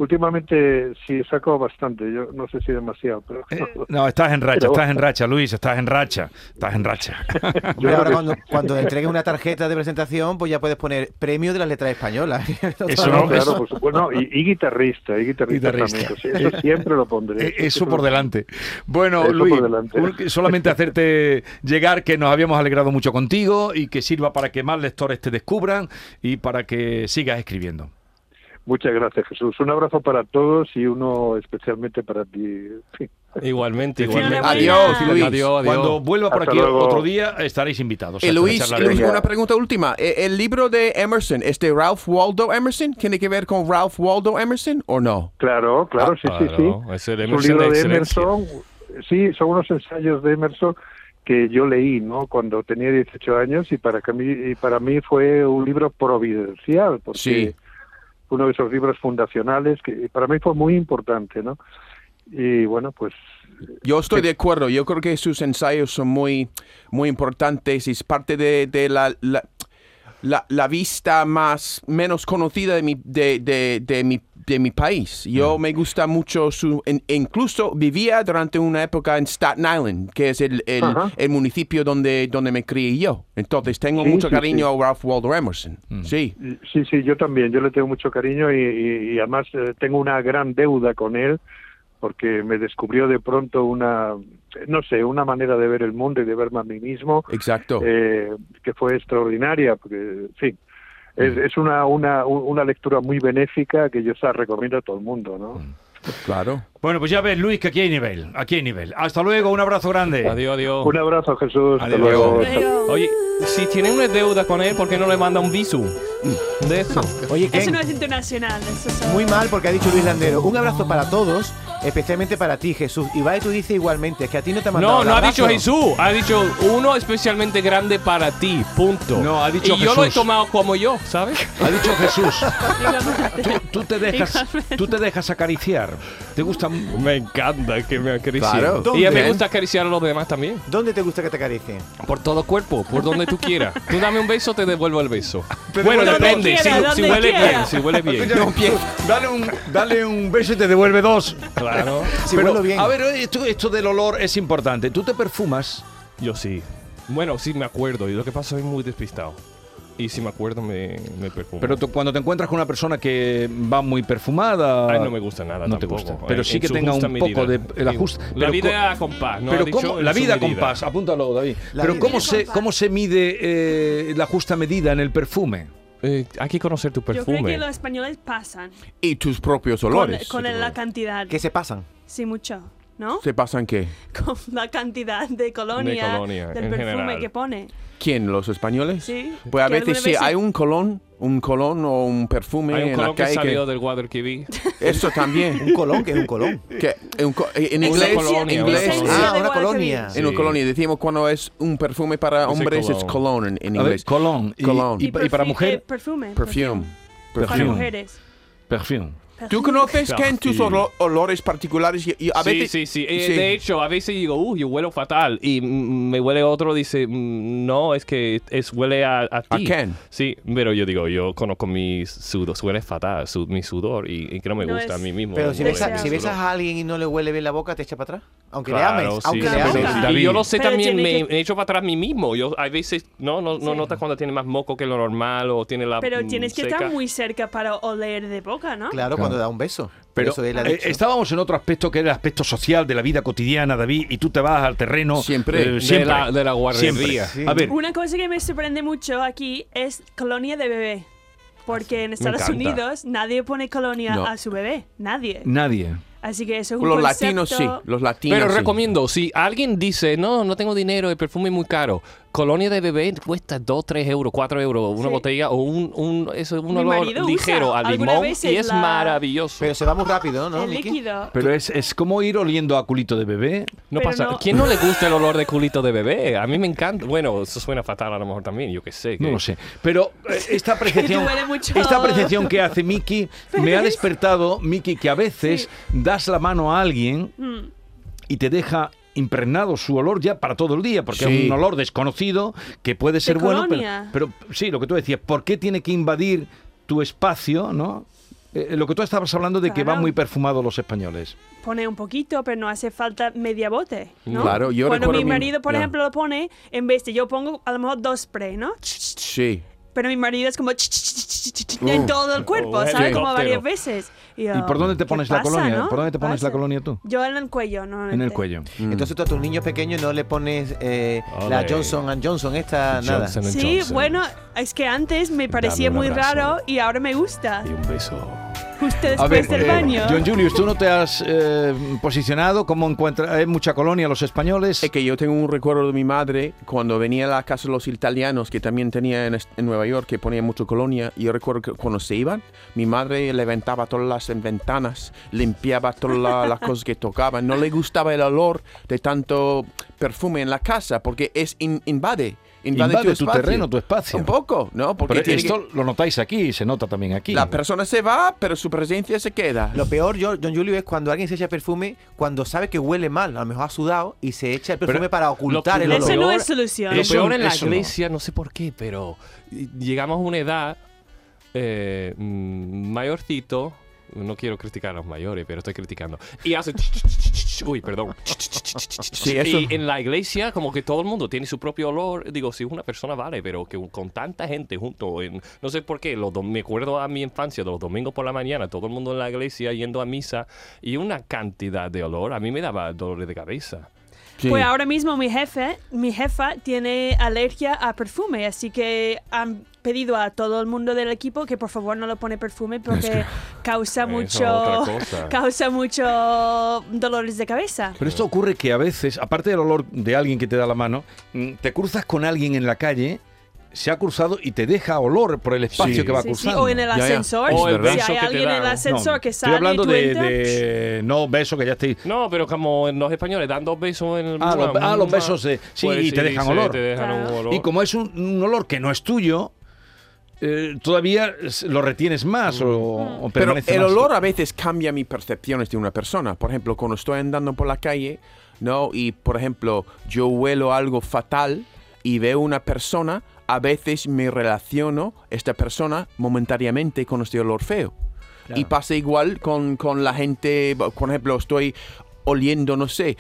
[SPEAKER 7] últimamente sí saco bastante, yo no sé si demasiado, pero...
[SPEAKER 2] eh, no, estás en racha,
[SPEAKER 7] Pero-
[SPEAKER 2] estás en racha, Luis, estás en racha, estás en racha.
[SPEAKER 6] Hombre,
[SPEAKER 7] creo
[SPEAKER 6] ahora
[SPEAKER 7] que-
[SPEAKER 6] cuando, cuando entregues una tarjeta de presentación, pues ya puedes poner premio de las letras españolas.
[SPEAKER 2] Eso no,
[SPEAKER 7] Ah, No,
[SPEAKER 2] eso-
[SPEAKER 7] claro, por supuesto. No, y, y guitarrista, y guitarrista,
[SPEAKER 2] Guitarrista.
[SPEAKER 7] también. Sí, eso siempre lo pondré.
[SPEAKER 2] Eh, Eso por delante. Bueno,
[SPEAKER 7] Eso
[SPEAKER 2] Luis,
[SPEAKER 7] por delante.
[SPEAKER 2] un- solamente hacerte llegar que nos habíamos alegrado mucho contigo y que sirva para que más lectores te descubran y para que sigas escribiendo.
[SPEAKER 7] Muchas gracias, Jesús. Un abrazo para todos y uno especialmente para ti. En fin.
[SPEAKER 4] Igualmente, igualmente.
[SPEAKER 5] Enhorabuena.
[SPEAKER 3] Adiós, Luis.
[SPEAKER 4] Adiós, adiós.
[SPEAKER 2] Cuando vuelva por
[SPEAKER 7] Hasta
[SPEAKER 2] aquí
[SPEAKER 7] luego.
[SPEAKER 2] otro día estaréis invitados.
[SPEAKER 3] Eh,
[SPEAKER 2] a esta
[SPEAKER 3] Luis,
[SPEAKER 2] charla de
[SPEAKER 3] Luis,
[SPEAKER 2] hoy.
[SPEAKER 3] una pregunta última. Eh, ¿El libro de Emerson es de Ralph Waldo Emerson? ¿Tiene que ver con Ralph Waldo Emerson o no?
[SPEAKER 7] Claro, claro,
[SPEAKER 4] Ah,
[SPEAKER 7] sí, sí, sí.
[SPEAKER 4] claro. Es el
[SPEAKER 7] un
[SPEAKER 4] Emerson
[SPEAKER 7] libro
[SPEAKER 4] de
[SPEAKER 7] de
[SPEAKER 4] excelencia.
[SPEAKER 7] Emerson. Sí, son unos ensayos de Emerson que yo leí, ¿no? Cuando tenía 18 años y para que mí, y para mí fue un libro providencial, porque
[SPEAKER 3] Sí.
[SPEAKER 7] uno de esos libros fundacionales que para mí fue muy importante, ¿no? Y bueno, pues
[SPEAKER 3] Yo estoy de acuerdo. Yo creo que sus ensayos son muy, muy importantes y es parte de, de la, la, la- la vista más menos conocida de mi, de, de- de mi, de mi país.
[SPEAKER 7] Mm.
[SPEAKER 3] Yo me gusta mucho su... en- incluso vivía durante una época en Staten Island, que es el, el-
[SPEAKER 7] Ajá.
[SPEAKER 3] el municipio donde, donde me crié yo. Entonces tengo
[SPEAKER 7] Sí,
[SPEAKER 3] mucho
[SPEAKER 7] sí,
[SPEAKER 3] cariño
[SPEAKER 7] sí. Mm.
[SPEAKER 3] a Ralph Waldo Emerson. Sí.
[SPEAKER 7] Sí, sí, yo también, yo le tengo mucho cariño y, y- y además eh, tengo una gran deuda con él porque me descubrió de pronto una, no sé, una manera de ver el mundo y de verme a mí mismo
[SPEAKER 3] Exacto.
[SPEAKER 7] eh, que fue extraordinaria, porque, en fin, es, es una, una, u- una lectura muy benéfica que yo se la recomiendo a todo el mundo, ¿no?
[SPEAKER 3] claro.
[SPEAKER 2] Bueno, pues ya ves, Luis, que aquí hay nivel, aquí hay nivel. Hasta luego, un abrazo grande.
[SPEAKER 4] Adiós, adiós.
[SPEAKER 7] Un abrazo, Jesús. Hasta
[SPEAKER 2] Adiós.
[SPEAKER 7] luego.
[SPEAKER 4] Oye, si tienen una deuda con él, ¿por qué no le manda un visum de eso?
[SPEAKER 6] Oye,
[SPEAKER 5] Eso
[SPEAKER 6] Ken,
[SPEAKER 5] no es internacional, eso es
[SPEAKER 6] muy mal porque ha dicho Luis Landero. Un abrazo para todos, especialmente para ti, Jesús. Y va y tú dices igualmente, es que a ti no te ha mandado
[SPEAKER 4] No,
[SPEAKER 6] el
[SPEAKER 4] no ha
[SPEAKER 6] abrazo.
[SPEAKER 4] dicho Jesús, ha dicho uno especialmente grande para ti, punto.
[SPEAKER 2] No, ha dicho
[SPEAKER 4] Y yo lo he
[SPEAKER 2] Jesús.
[SPEAKER 4] tomado como yo, ¿sabes?
[SPEAKER 2] Ha dicho Jesús,
[SPEAKER 5] Igualmente.
[SPEAKER 2] tú, tú te dejas,
[SPEAKER 5] Igualmente.
[SPEAKER 2] tú te dejas acariciar. Te gusta
[SPEAKER 4] Me encanta que me acaricien.
[SPEAKER 3] Claro.
[SPEAKER 4] Y a mí me
[SPEAKER 3] ¿Dónde?
[SPEAKER 4] gusta acariciar a los demás también.
[SPEAKER 6] ¿Dónde te gusta que te acaricien?
[SPEAKER 4] Por todo el cuerpo, por donde tú quieras. Tú dame un beso, te devuelvo el beso. bueno,
[SPEAKER 5] devuelvo-
[SPEAKER 4] depende.
[SPEAKER 5] Donde
[SPEAKER 4] Si,
[SPEAKER 5] quiera,
[SPEAKER 4] si
[SPEAKER 5] donde
[SPEAKER 4] huele
[SPEAKER 5] quiera.
[SPEAKER 4] bien, si huele bien.
[SPEAKER 3] No, bien.
[SPEAKER 2] Dale un, dale un beso y te devuelve dos.
[SPEAKER 4] Claro.
[SPEAKER 6] Si
[SPEAKER 2] Pero,
[SPEAKER 6] huelo bien.
[SPEAKER 2] A ver, esto, esto del olor es importante. Tú te perfumas.
[SPEAKER 4] Yo sí. Bueno, sí me acuerdo. Y lo que pasa es muy despistado. Y si me acuerdo, me, me perfumo.
[SPEAKER 2] Pero tú- cuando te encuentras con una persona que va muy perfumada.
[SPEAKER 4] Ay, no me gusta nada.
[SPEAKER 2] Ah, No te
[SPEAKER 4] tampoco.
[SPEAKER 2] gusta.
[SPEAKER 4] En-
[SPEAKER 2] Pero
[SPEAKER 4] en
[SPEAKER 2] sí que
[SPEAKER 4] su
[SPEAKER 2] tenga
[SPEAKER 4] justa
[SPEAKER 2] un poco de.
[SPEAKER 4] medida.
[SPEAKER 2] el ajuste.
[SPEAKER 4] La
[SPEAKER 2] Pero co-
[SPEAKER 4] vida a compás. ¿no? Ha
[SPEAKER 2] Pero
[SPEAKER 4] dicho
[SPEAKER 2] cómo,
[SPEAKER 4] en
[SPEAKER 2] la
[SPEAKER 4] su
[SPEAKER 2] vida
[SPEAKER 4] medida.
[SPEAKER 2] compás, apúntalo, David.
[SPEAKER 6] La
[SPEAKER 2] pero
[SPEAKER 6] vida
[SPEAKER 2] ¿cómo
[SPEAKER 5] con
[SPEAKER 2] se,
[SPEAKER 5] paz.
[SPEAKER 2] ¿cómo se mide eh, la justa medida en el perfume?
[SPEAKER 4] Eh, hay que conocer tu
[SPEAKER 5] Yo creo
[SPEAKER 4] perfume.
[SPEAKER 5] que los españoles pasan
[SPEAKER 3] Y tus propios
[SPEAKER 5] con,
[SPEAKER 3] olores.
[SPEAKER 5] con la cantidad.
[SPEAKER 6] Que se pasan.
[SPEAKER 5] Sí, mucho, ¿no?
[SPEAKER 3] ¿Se pasan qué?
[SPEAKER 5] Con la cantidad de colonia,
[SPEAKER 4] colonia,
[SPEAKER 5] del
[SPEAKER 4] en
[SPEAKER 5] perfume
[SPEAKER 4] general.
[SPEAKER 5] que pone.
[SPEAKER 3] ¿Quién? ¿Los españoles?
[SPEAKER 5] Sí.
[SPEAKER 3] Pues a
[SPEAKER 5] Que
[SPEAKER 3] veces
[SPEAKER 5] alguna
[SPEAKER 3] sí,
[SPEAKER 5] vez-
[SPEAKER 3] hay un colón, un colón o un perfume
[SPEAKER 4] Hay un
[SPEAKER 3] en
[SPEAKER 4] colón
[SPEAKER 3] la
[SPEAKER 4] que
[SPEAKER 3] calle
[SPEAKER 4] salió
[SPEAKER 3] que...
[SPEAKER 4] del Guadalquivir.
[SPEAKER 3] Eso
[SPEAKER 6] Un
[SPEAKER 3] también.
[SPEAKER 6] colón, que es un colón.
[SPEAKER 3] que, un co- en
[SPEAKER 5] Esencia-
[SPEAKER 3] inglés,
[SPEAKER 4] colonia,
[SPEAKER 3] en
[SPEAKER 4] una
[SPEAKER 3] inglés,
[SPEAKER 5] esencia
[SPEAKER 6] Ah,
[SPEAKER 5] de
[SPEAKER 6] una
[SPEAKER 5] Guadalquivir.
[SPEAKER 6] colonia.
[SPEAKER 3] en un
[SPEAKER 4] Sí.
[SPEAKER 3] colón. Y decimos cuando es un perfume para
[SPEAKER 4] Dice
[SPEAKER 3] hombres es
[SPEAKER 4] colón.
[SPEAKER 3] colón en, en
[SPEAKER 2] A ver,
[SPEAKER 3] inglés.
[SPEAKER 2] colón. Y,
[SPEAKER 3] Colón.
[SPEAKER 2] y-
[SPEAKER 5] Y
[SPEAKER 2] y para
[SPEAKER 5] perfi- eh,
[SPEAKER 2] mujer,
[SPEAKER 5] perfume.
[SPEAKER 3] perfume.
[SPEAKER 5] Para
[SPEAKER 2] Perfume.
[SPEAKER 5] mujeres.
[SPEAKER 2] perfume.
[SPEAKER 3] ¿Tú conoces, Ken, tus olo- olores particulares? Y, y a veces...
[SPEAKER 4] sí, sí, sí. Eh,
[SPEAKER 3] Sí.
[SPEAKER 4] De hecho, a veces digo, uh, yo huelo fatal. Y mm, me huele otro, dice, mm, no, es que es huele a, a ti.
[SPEAKER 3] Ken?
[SPEAKER 4] Sí, pero yo digo, yo conozco mi sudor, huele fatal, su- mi sudor, y, y que no me
[SPEAKER 5] No
[SPEAKER 4] gusta a
[SPEAKER 5] es-
[SPEAKER 4] mí mismo.
[SPEAKER 6] Pero si
[SPEAKER 5] Ole,
[SPEAKER 4] huele
[SPEAKER 6] besas,
[SPEAKER 4] mi
[SPEAKER 5] sí.
[SPEAKER 6] si
[SPEAKER 4] sudor.
[SPEAKER 6] besas a alguien y no le huele bien la boca, te echa para atrás. Aunque le
[SPEAKER 4] Claro,
[SPEAKER 6] ames,
[SPEAKER 4] sí,
[SPEAKER 6] aunque
[SPEAKER 4] sí,
[SPEAKER 6] le ames.
[SPEAKER 4] sí,
[SPEAKER 5] Nunca.
[SPEAKER 4] sí. Y yo lo
[SPEAKER 2] David.
[SPEAKER 4] sé
[SPEAKER 5] Pero
[SPEAKER 4] también,
[SPEAKER 5] tiene
[SPEAKER 4] me,
[SPEAKER 5] que-
[SPEAKER 4] me echo para atrás mí mismo. Yo, hay veces, no, no, no
[SPEAKER 5] Sí.
[SPEAKER 4] notas cuando tienes más moco que lo normal o tiene la.
[SPEAKER 5] Pero
[SPEAKER 4] mm,
[SPEAKER 5] tienes que
[SPEAKER 4] seca.
[SPEAKER 5] estar muy cerca para oler de boca, ¿no?
[SPEAKER 6] Claro, cuando da un beso.
[SPEAKER 2] Pero
[SPEAKER 6] Eso él ha
[SPEAKER 2] eh,
[SPEAKER 6] dicho.
[SPEAKER 2] estábamos en otro aspecto que era el aspecto social de la vida cotidiana, David, y tú te vas al terreno
[SPEAKER 3] Siempre.
[SPEAKER 2] eh,
[SPEAKER 3] De
[SPEAKER 2] siempre.
[SPEAKER 4] la- de la guardería.
[SPEAKER 2] Siempre.
[SPEAKER 6] Sí.
[SPEAKER 2] A ver,
[SPEAKER 5] Una cosa que me sorprende mucho aquí es colonia de bebé.
[SPEAKER 3] Ah,
[SPEAKER 5] Porque en Estados
[SPEAKER 4] encanta.
[SPEAKER 5] Unidos nadie pone colonia
[SPEAKER 4] No.
[SPEAKER 5] a su bebé. Nadie.
[SPEAKER 2] nadie.
[SPEAKER 5] Así que eso es un
[SPEAKER 3] Mm. Los
[SPEAKER 5] concepto-
[SPEAKER 3] latinos sí, los latinos
[SPEAKER 4] Pero
[SPEAKER 3] sí.
[SPEAKER 4] recomiendo, si alguien dice, no, no tengo dinero, el perfume es muy caro, colonia de bebé cuesta 2, 3 euros, 4 euros, una
[SPEAKER 5] Sí.
[SPEAKER 4] botella o un, un, eso, un
[SPEAKER 5] Mi
[SPEAKER 4] olor
[SPEAKER 5] marido usa
[SPEAKER 4] ligero a
[SPEAKER 5] algunas
[SPEAKER 4] limón
[SPEAKER 5] veces
[SPEAKER 4] y es
[SPEAKER 5] la-
[SPEAKER 4] maravilloso.
[SPEAKER 6] Pero se va muy rápido, ¿no?
[SPEAKER 5] el
[SPEAKER 6] Miki?
[SPEAKER 5] líquido.
[SPEAKER 2] Pero es, es como ir oliendo a culito de bebé.
[SPEAKER 4] No
[SPEAKER 5] Pero
[SPEAKER 4] pasa.
[SPEAKER 5] no-
[SPEAKER 4] ¿Quién no le gusta el olor de culito de bebé? A mí me encanta. Bueno, eso suena fatal a lo mejor también, yo qué sé. que-
[SPEAKER 2] No lo sé. Pero eh, esta percepción,
[SPEAKER 5] huele mucho.
[SPEAKER 2] esta percepción que hace Miki me ha despertado, Miki, que a veces das la mano a alguien
[SPEAKER 5] Mm.
[SPEAKER 2] y te deja impregnado su olor ya para todo el día, porque
[SPEAKER 6] Sí.
[SPEAKER 2] es un olor desconocido que puede ser bueno, pero,
[SPEAKER 5] colonia.
[SPEAKER 2] pero sí, lo que tú decías, ¿por qué tiene que invadir tu espacio, no? Eh, lo que tú estabas hablando de que
[SPEAKER 5] Claro.
[SPEAKER 2] van muy perfumados los españoles.
[SPEAKER 5] pone un poquito, pero no hace falta media bote, ¿no?
[SPEAKER 3] Claro, yo
[SPEAKER 5] Cuando
[SPEAKER 3] recuerdo
[SPEAKER 5] mi
[SPEAKER 3] mi-
[SPEAKER 5] marido, por
[SPEAKER 3] ya.
[SPEAKER 5] ejemplo, lo pone, en vez de yo pongo a lo mejor dos spray, ¿no?
[SPEAKER 3] Sí.
[SPEAKER 5] Pero mi marido es como
[SPEAKER 3] Uh.
[SPEAKER 5] en todo el cuerpo,
[SPEAKER 4] Oh,
[SPEAKER 5] ¿sabes?
[SPEAKER 4] sí.
[SPEAKER 5] Como varias
[SPEAKER 4] Helicóptero.
[SPEAKER 5] veces. ¿Y,
[SPEAKER 2] ¿Y por dónde te
[SPEAKER 5] ¿qué
[SPEAKER 2] pones la
[SPEAKER 5] pasa,
[SPEAKER 2] colonia?
[SPEAKER 5] no?
[SPEAKER 2] ¿Por dónde te pones la
[SPEAKER 5] Pasa.
[SPEAKER 2] colonia tú?
[SPEAKER 5] Yo en el cuello, ¿no?
[SPEAKER 2] En el cuello.
[SPEAKER 6] Entonces tú a tus niños pequeños no le pones eh, la
[SPEAKER 4] Ole.
[SPEAKER 6] Johnson and Johnson esta nada.
[SPEAKER 4] Johnson and
[SPEAKER 5] Sí,
[SPEAKER 4] Johnson.
[SPEAKER 5] bueno, es que antes me parecía
[SPEAKER 4] Dame un
[SPEAKER 5] muy
[SPEAKER 4] abrazo.
[SPEAKER 5] raro y ahora me gusta.
[SPEAKER 4] Y un beso.
[SPEAKER 5] Justo
[SPEAKER 2] A
[SPEAKER 5] después
[SPEAKER 2] ver,
[SPEAKER 5] del
[SPEAKER 2] eh,
[SPEAKER 5] baño.
[SPEAKER 2] John Julius, tú no te has eh, posicionado, ¿cómo encuentra hay mucha colonia los españoles?
[SPEAKER 3] Es que yo tengo un recuerdo de mi madre cuando venía a la casa de los italianos, que también tenía en, est- en Nueva York, que ponía mucho colonia. Y yo recuerdo que cuando se iban, mi madre levantaba todas las ventanas, limpiaba todas la- las cosas que tocaban. No le gustaba el olor de tanto perfume en la casa porque es in- invade. Invade,
[SPEAKER 2] Invade tu
[SPEAKER 3] espacio.
[SPEAKER 2] terreno, tu espacio.
[SPEAKER 3] Un poco, ¿no? Porque
[SPEAKER 2] Pero
[SPEAKER 3] tiene que-
[SPEAKER 2] esto lo notáis aquí, se nota también aquí.
[SPEAKER 3] la persona se va, pero su presencia se queda.
[SPEAKER 6] Lo peor, yo- John Julio, es cuando alguien se echa perfume cuando sabe que huele mal, a lo mejor ha sudado y se echa el perfume
[SPEAKER 4] Pero
[SPEAKER 6] para ocultar el
[SPEAKER 4] lo
[SPEAKER 5] Ese
[SPEAKER 6] olor.
[SPEAKER 5] no
[SPEAKER 4] peor-
[SPEAKER 5] es solución.
[SPEAKER 4] Lo
[SPEAKER 2] Eso-
[SPEAKER 4] peor en la
[SPEAKER 2] eso no.
[SPEAKER 4] iglesia, no. sé por qué, pero llegamos a una edad eh, mm, mayorcito. No quiero criticar a los mayores, pero estoy criticando. Y hace. Uy, perdón.
[SPEAKER 3] Sí, eso-
[SPEAKER 4] Y en la iglesia, como que todo el mundo tiene su propio olor. Digo, si una persona vale, pero que con tanta gente junto. en- no sé por qué. Los dom- me acuerdo a mi infancia, de los domingos por la mañana, todo el mundo en la iglesia yendo a misa. Y una cantidad de olor. A mí me daba dolores de cabeza.
[SPEAKER 5] Pues ahora mismo mi jefe, mi jefa tiene alergia a perfume, así que han pedido a todo el mundo del equipo que por favor no lo pone perfume porque causa
[SPEAKER 4] Eso
[SPEAKER 5] mucho
[SPEAKER 4] otra cosa.
[SPEAKER 5] causa mucho dolores de cabeza.
[SPEAKER 2] Pero esto ocurre que a veces, aparte del olor de alguien que te da la mano, mm, te cruzas con alguien en la calle, se ha cruzado y te deja olor por el espacio
[SPEAKER 4] Sí.
[SPEAKER 2] que va
[SPEAKER 5] Sí, sí,
[SPEAKER 2] cruzando.
[SPEAKER 5] O en el
[SPEAKER 3] Ya, ya.
[SPEAKER 5] ascensor,
[SPEAKER 4] O el
[SPEAKER 5] si
[SPEAKER 4] beso
[SPEAKER 5] hay
[SPEAKER 4] que te
[SPEAKER 5] alguien en
[SPEAKER 4] dan.
[SPEAKER 5] el ascensor
[SPEAKER 2] No,
[SPEAKER 5] que
[SPEAKER 2] estoy
[SPEAKER 5] sale
[SPEAKER 2] hablando
[SPEAKER 5] y tú
[SPEAKER 2] de,
[SPEAKER 5] entras,
[SPEAKER 2] de- no beso que ya estoy
[SPEAKER 4] No, pero como en los españoles dan dos besos en el
[SPEAKER 2] Ah, los- ah, los besos de- sí, y te dejan
[SPEAKER 4] sí,
[SPEAKER 2] olor.
[SPEAKER 4] te dejan un
[SPEAKER 5] Claro.
[SPEAKER 4] olor.
[SPEAKER 2] y como es un, un olor que no es tuyo eh, todavía es- lo retienes más o, o
[SPEAKER 3] Pero
[SPEAKER 2] permanece
[SPEAKER 3] el
[SPEAKER 2] más.
[SPEAKER 3] olor a veces cambia mis percepciones de una persona. Por ejemplo, cuando estoy andando por la calle, ¿no? Y, por ejemplo, yo huelo algo fatal y veo una persona, a veces me relaciono esta persona momentáneamente con este olor feo. Y pasa igual con, con la gente, por ejemplo, estoy oliendo, no sé,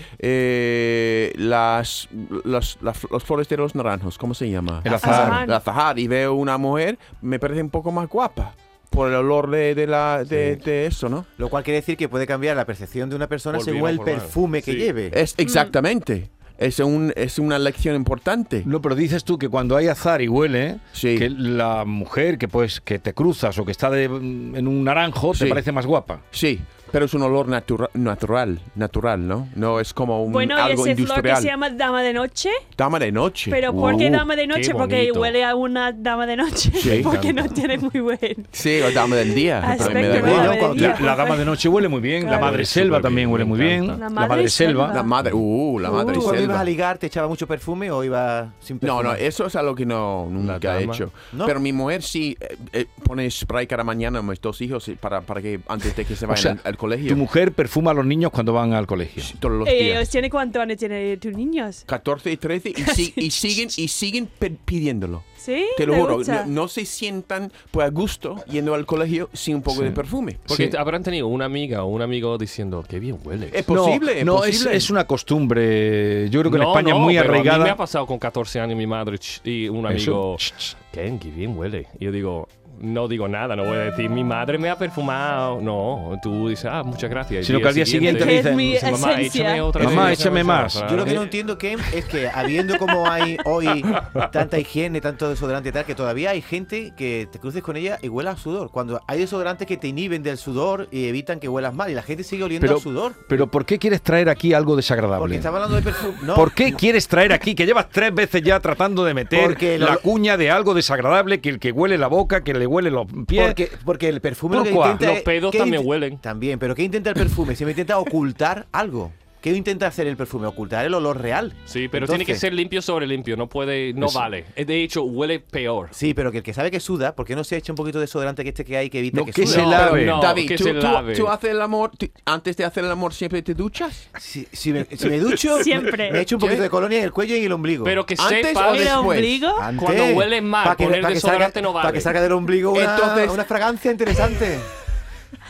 [SPEAKER 3] eh, las, las, las- las flores de los naranjos, ¿cómo se llama?
[SPEAKER 2] El azahar.
[SPEAKER 5] Azahar.
[SPEAKER 3] la Zahar y veo una mujer, me parece un poco más guapa por el olor de, de la, de, de eso, ¿no?
[SPEAKER 6] Lo cual quiere decir que puede cambiar la percepción de una persona según
[SPEAKER 4] Volvimos
[SPEAKER 6] el
[SPEAKER 4] por mal.
[SPEAKER 6] perfume que
[SPEAKER 4] Sí.
[SPEAKER 6] lleve.
[SPEAKER 3] Es
[SPEAKER 5] Mm.
[SPEAKER 3] exactamente. Es, un, es una lección importante.
[SPEAKER 2] No, pero dices tú que cuando hay azar y huele,
[SPEAKER 3] Sí.
[SPEAKER 2] que la mujer que pues que te cruzas o que está de- en un naranjo te
[SPEAKER 3] Sí.
[SPEAKER 2] parece más guapa.
[SPEAKER 3] Sí, pero es un olor natura- natural, natural, ¿no? No es como un,
[SPEAKER 5] Bueno, y
[SPEAKER 3] algo
[SPEAKER 5] ese flor que
[SPEAKER 3] industrial.
[SPEAKER 5] se llama dama de noche,
[SPEAKER 3] Dama de noche.
[SPEAKER 5] pero ¿por qué
[SPEAKER 4] Uh,
[SPEAKER 5] dama de
[SPEAKER 4] qué
[SPEAKER 5] noche? Porque
[SPEAKER 4] bonito.
[SPEAKER 5] huele a una dama de noche,
[SPEAKER 3] Sí.
[SPEAKER 5] porque no tiene muy buen.
[SPEAKER 3] Sí, o dama del día. pero me da
[SPEAKER 5] Aspecto,
[SPEAKER 3] igual.
[SPEAKER 5] ¿no?
[SPEAKER 6] igual.
[SPEAKER 5] Dama de Eh,
[SPEAKER 2] La,
[SPEAKER 5] día.
[SPEAKER 2] la dama de noche huele muy bien, la
[SPEAKER 5] Claro.
[SPEAKER 2] madre selva
[SPEAKER 4] Súper
[SPEAKER 2] también
[SPEAKER 4] bien,
[SPEAKER 2] huele
[SPEAKER 4] me
[SPEAKER 2] muy bien,
[SPEAKER 4] encanta.
[SPEAKER 5] La
[SPEAKER 2] la
[SPEAKER 5] madre
[SPEAKER 2] madre
[SPEAKER 5] selva.
[SPEAKER 2] selva.
[SPEAKER 3] La madre, uh, la madre
[SPEAKER 6] ¿Tú cuando ibas
[SPEAKER 3] selva.
[SPEAKER 6] a ligar te echaba mucho perfume o ibas sin perfume?
[SPEAKER 3] No, no, eso es algo que no nunca he
[SPEAKER 4] dama.
[SPEAKER 3] hecho.
[SPEAKER 6] ¿No?
[SPEAKER 3] Pero mi mujer sí eh, eh, pone spray cada mañana a mis dos hijos eh, para, para que antes de que se
[SPEAKER 2] O
[SPEAKER 3] vayan
[SPEAKER 2] sea,
[SPEAKER 3] al, al colegio.
[SPEAKER 2] tu mujer perfuma a los niños cuando van al colegio.
[SPEAKER 3] Sí, todos los
[SPEAKER 5] Eh,
[SPEAKER 3] días.
[SPEAKER 5] ¿Tiene cuántos años tiene tus niños?
[SPEAKER 3] 14 y 13 y, si- y siguen y siguen pe- pidiéndolo.
[SPEAKER 5] Sí,
[SPEAKER 3] Te lo juro,
[SPEAKER 5] gusta?
[SPEAKER 3] no, no se sientan pues a gusto yendo al colegio sin un poco de perfume.
[SPEAKER 4] Porque
[SPEAKER 2] Sí.
[SPEAKER 4] te- habrán tenido una amiga o un amigo diciendo, qué bien huele.
[SPEAKER 3] Es posible,
[SPEAKER 2] no,
[SPEAKER 3] es
[SPEAKER 2] es,
[SPEAKER 3] posible.
[SPEAKER 2] es una costumbre, yo creo que en España es
[SPEAKER 4] no,
[SPEAKER 2] muy
[SPEAKER 4] pero A mí me ha
[SPEAKER 2] arraigada.
[SPEAKER 4] pasado con 14 años mi madre ch, y
[SPEAKER 2] Eso.
[SPEAKER 4] un amigo,
[SPEAKER 2] Ch, ch.
[SPEAKER 4] Ken, qué bien huele. Y yo digo, no digo nada, no voy a decir, mi madre me ha perfumado. No, tú dices, ah, muchas gracias.
[SPEAKER 2] Sino que al día siguiente
[SPEAKER 5] Que es mi
[SPEAKER 4] dice, mamá,
[SPEAKER 5] esencia".
[SPEAKER 4] échame otra.
[SPEAKER 2] Mamá,
[SPEAKER 4] vez esa
[SPEAKER 2] échame
[SPEAKER 4] cosa".
[SPEAKER 2] más.
[SPEAKER 6] Yo lo que no entiendo Ken, es que habiendo como hay hoy tanta higiene, tanto desodorante y tal, que todavía hay gente que te cruces con ella y huela a sudor. Cuando hay desodorantes que te inhiben del sudor y evitan que huelas mal y la gente sigue oliendo
[SPEAKER 2] Pero,
[SPEAKER 6] a sudor.
[SPEAKER 2] pero ¿por qué quieres traer aquí algo
[SPEAKER 6] Porque
[SPEAKER 2] desagradable?
[SPEAKER 6] estaba hablando de perfume. No,
[SPEAKER 2] ¿Por qué quieres traer aquí, que llevas tres veces ya tratando de meter
[SPEAKER 6] Porque lo-
[SPEAKER 2] la cuña de algo desagradable, que el que huele la boca, que le huele los pies?
[SPEAKER 6] Porque, porque el perfume lo que
[SPEAKER 2] ¿Por cuál?
[SPEAKER 6] intenta
[SPEAKER 4] Los
[SPEAKER 6] es-
[SPEAKER 4] pedos
[SPEAKER 6] ¿qué
[SPEAKER 4] también
[SPEAKER 6] int-
[SPEAKER 4] huelen.
[SPEAKER 6] También, pero ¿qué intenta el perfume? Si me intenta ocultar algo. ¿Qué intenta hacer el perfume? Ocultar el olor real.
[SPEAKER 4] Sí, pero tiene que
[SPEAKER 6] Entonces-
[SPEAKER 4] ser limpio sobre limpio, no puede, no vale. Eh, De hecho, huele peor.
[SPEAKER 6] Sí, pero que el que sabe que suda, ¿por qué no se echa un poquito de desodorante que este que hay que evita
[SPEAKER 2] No,
[SPEAKER 6] que,
[SPEAKER 2] que
[SPEAKER 6] suda?
[SPEAKER 2] se
[SPEAKER 4] la-
[SPEAKER 2] lave.
[SPEAKER 4] no.
[SPEAKER 3] David,
[SPEAKER 4] que
[SPEAKER 3] ¿tú,
[SPEAKER 4] se
[SPEAKER 3] tú-
[SPEAKER 4] lave.
[SPEAKER 3] tú haces el amor, tú- antes de hacer el amor siempre te duchas?
[SPEAKER 6] Si, si me, si me ducho,
[SPEAKER 5] Siempre.
[SPEAKER 6] me echo un poquito de colonia en el cuello y en el ombligo.
[SPEAKER 4] Pero que
[SPEAKER 3] ¿Antes
[SPEAKER 4] sepa.
[SPEAKER 3] o
[SPEAKER 5] ¿Era
[SPEAKER 3] después?
[SPEAKER 5] ombligo?
[SPEAKER 6] Antes,
[SPEAKER 4] cuando huele mal,
[SPEAKER 6] pa'
[SPEAKER 4] poner
[SPEAKER 6] pa'
[SPEAKER 4] desodorante
[SPEAKER 6] salga-
[SPEAKER 4] no vale.
[SPEAKER 6] pa' que salga del ombligo una,
[SPEAKER 3] Entonces-
[SPEAKER 6] una fragancia interesante.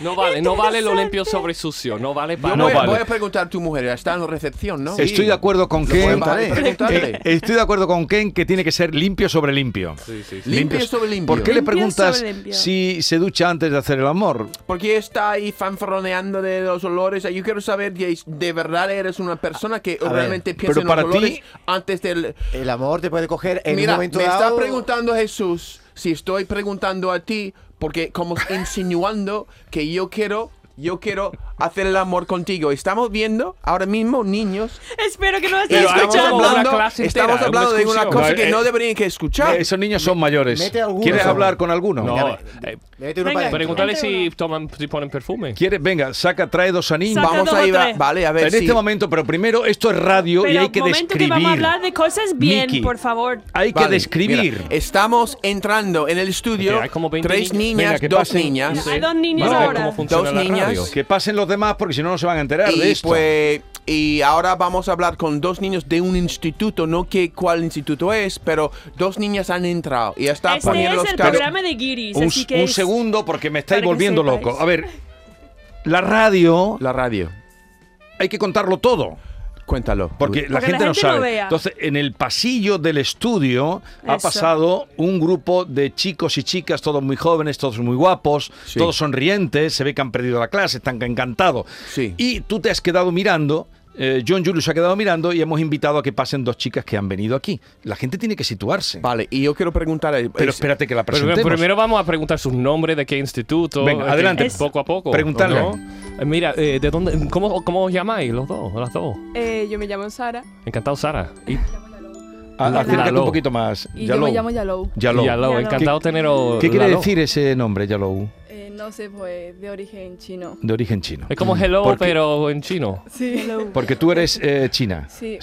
[SPEAKER 4] No vale, no vale lo limpio sobre sucio, no vale
[SPEAKER 3] Yo
[SPEAKER 4] para
[SPEAKER 2] No
[SPEAKER 3] voy, a-
[SPEAKER 2] vale.
[SPEAKER 3] voy a preguntar a tu mujer, está en recepción, ¿no?
[SPEAKER 2] Estoy de acuerdo con
[SPEAKER 3] Lo
[SPEAKER 2] Ken.
[SPEAKER 3] puedes preguntarle.
[SPEAKER 2] Eh, Estoy de acuerdo con Ken que tiene que ser limpio sobre limpio.
[SPEAKER 3] Limpio
[SPEAKER 2] Limpios.
[SPEAKER 3] sobre limpio.
[SPEAKER 2] ¿Por qué le
[SPEAKER 5] Limpio
[SPEAKER 2] preguntas
[SPEAKER 5] sobre limpio.
[SPEAKER 2] si se ducha antes de hacer el amor?
[SPEAKER 3] Porque está ahí fanfarroneando de los olores. Yo quiero saber si de verdad eres una persona que
[SPEAKER 6] A ver,
[SPEAKER 3] realmente
[SPEAKER 2] pero
[SPEAKER 3] piensa en los
[SPEAKER 2] para ti-
[SPEAKER 3] olores antes del...
[SPEAKER 6] El amor te puede coger en
[SPEAKER 3] Mira,
[SPEAKER 6] un
[SPEAKER 3] me
[SPEAKER 6] momento
[SPEAKER 3] está
[SPEAKER 6] dado.
[SPEAKER 3] preguntando Jesús si estoy preguntando a ti porque como insinuando que yo quiero... Yo quiero hacer el amor contigo. Estamos viendo ahora mismo niños.
[SPEAKER 5] Espero que no estés
[SPEAKER 4] Pero hay
[SPEAKER 3] Estamos
[SPEAKER 4] como
[SPEAKER 5] escuchando.
[SPEAKER 4] una
[SPEAKER 3] hablando,
[SPEAKER 4] clase entera,
[SPEAKER 3] estamos
[SPEAKER 4] una
[SPEAKER 3] hablando de una
[SPEAKER 4] excursión.
[SPEAKER 3] cosa
[SPEAKER 2] No,
[SPEAKER 3] que
[SPEAKER 2] eh,
[SPEAKER 3] no deberían que escuchar.
[SPEAKER 2] Esos niños son mayores.
[SPEAKER 6] Ah, mete alguno,
[SPEAKER 2] ¿Quieres
[SPEAKER 6] por favor.
[SPEAKER 2] hablar con alguno?
[SPEAKER 4] No,
[SPEAKER 6] Venga,
[SPEAKER 4] eh,
[SPEAKER 6] Mete
[SPEAKER 5] Venga,
[SPEAKER 6] uno para adentro.
[SPEAKER 4] pregúntale
[SPEAKER 5] Entra
[SPEAKER 4] si
[SPEAKER 5] uno.
[SPEAKER 4] toman, si ponen perfume.
[SPEAKER 2] ¿Quieres? Venga, saca, trae dos anillos.
[SPEAKER 5] Saca
[SPEAKER 3] Vamos
[SPEAKER 5] dos
[SPEAKER 3] a
[SPEAKER 5] o
[SPEAKER 3] ir, a-
[SPEAKER 5] tres.
[SPEAKER 3] vale, a ver
[SPEAKER 2] En
[SPEAKER 3] si...
[SPEAKER 2] este momento, pero primero esto es radio y
[SPEAKER 5] Pero
[SPEAKER 2] hay que
[SPEAKER 5] momento
[SPEAKER 2] describir.
[SPEAKER 5] que vamos a hablar de cosas bien,
[SPEAKER 2] Miki,
[SPEAKER 5] por favor.
[SPEAKER 2] Hay que
[SPEAKER 3] Vale,
[SPEAKER 2] describir.
[SPEAKER 3] mira, estamos entrando en el estudio.
[SPEAKER 4] Ok, hay como 20
[SPEAKER 3] tres
[SPEAKER 4] niños.
[SPEAKER 3] niñas,
[SPEAKER 2] Venga, que
[SPEAKER 3] dos
[SPEAKER 2] pasen.
[SPEAKER 3] niñas.
[SPEAKER 5] Hay dos niños
[SPEAKER 4] Vale,
[SPEAKER 5] ahora.
[SPEAKER 4] ¿cómo funciona
[SPEAKER 3] Dos
[SPEAKER 4] la
[SPEAKER 3] niñas.
[SPEAKER 4] radio?
[SPEAKER 2] Que pasen los demás porque si no, no se van a enterar de
[SPEAKER 3] Y
[SPEAKER 2] esto.
[SPEAKER 3] pues y ahora vamos a hablar con dos niños de un instituto, no que cuál instituto es, pero dos niñas han entrado y están
[SPEAKER 5] Este
[SPEAKER 3] poniendo
[SPEAKER 5] es
[SPEAKER 3] los
[SPEAKER 5] el
[SPEAKER 3] cascos.
[SPEAKER 5] programa de Guiris,
[SPEAKER 2] un,
[SPEAKER 5] así que
[SPEAKER 2] un
[SPEAKER 5] es-
[SPEAKER 2] segundo porque me estáis
[SPEAKER 5] para que
[SPEAKER 2] volviendo
[SPEAKER 5] sepáis.
[SPEAKER 2] loco. A ver, la radio
[SPEAKER 3] La radio.
[SPEAKER 2] hay que contarlo todo.
[SPEAKER 3] Cuéntalo.
[SPEAKER 2] Porque la
[SPEAKER 5] Porque
[SPEAKER 2] gente
[SPEAKER 5] la
[SPEAKER 2] no
[SPEAKER 5] gente no
[SPEAKER 2] sabe.
[SPEAKER 5] vea.
[SPEAKER 2] Entonces, en el pasillo del estudio ha
[SPEAKER 5] Eso.
[SPEAKER 2] pasado un grupo de chicos y chicas, todos muy jóvenes, todos muy guapos,
[SPEAKER 3] Sí.
[SPEAKER 2] todos sonrientes, se ve que han perdido la clase, están encantados.
[SPEAKER 3] Sí.
[SPEAKER 2] Y tú te has quedado mirando. eh, John Julius se ha quedado mirando y hemos invitado a que pasen dos chicas que han venido aquí. La gente tiene que situarse.
[SPEAKER 3] Vale, y yo quiero preguntar. eh,
[SPEAKER 2] Pero espérate que la
[SPEAKER 4] Pero
[SPEAKER 2] presentemos.
[SPEAKER 4] primero vamos a preguntar sus nombres, de qué instituto.
[SPEAKER 2] Venga,
[SPEAKER 4] eh,
[SPEAKER 2] adelante.
[SPEAKER 4] que- Poco a poco.
[SPEAKER 2] Preguntadle.
[SPEAKER 4] ¿no? Eh, Mira, eh, ¿de dónde, cómo, ¿cómo os llamáis los dos? Las dos.
[SPEAKER 8] Eh, yo me llamo Sara
[SPEAKER 4] Encantado, Sara. Y,
[SPEAKER 2] A-
[SPEAKER 4] la-
[SPEAKER 2] Ah, acércate
[SPEAKER 4] Lalo.
[SPEAKER 2] un poquito más.
[SPEAKER 8] y
[SPEAKER 2] Yalou.
[SPEAKER 8] yo me llamo Yalou.
[SPEAKER 2] Yalou.
[SPEAKER 4] y Yalou,
[SPEAKER 5] Yalou.
[SPEAKER 4] encantado teneros.
[SPEAKER 2] ¿Qué quiere
[SPEAKER 4] Lalo.
[SPEAKER 2] decir ese nombre, Yalou?
[SPEAKER 8] Eh, no sé, pues de origen chino.
[SPEAKER 2] De origen chino.
[SPEAKER 4] Es como hello,
[SPEAKER 2] Porque-
[SPEAKER 4] pero en chino.
[SPEAKER 8] Sí.
[SPEAKER 2] Porque tú eres eh, china.
[SPEAKER 8] Sí.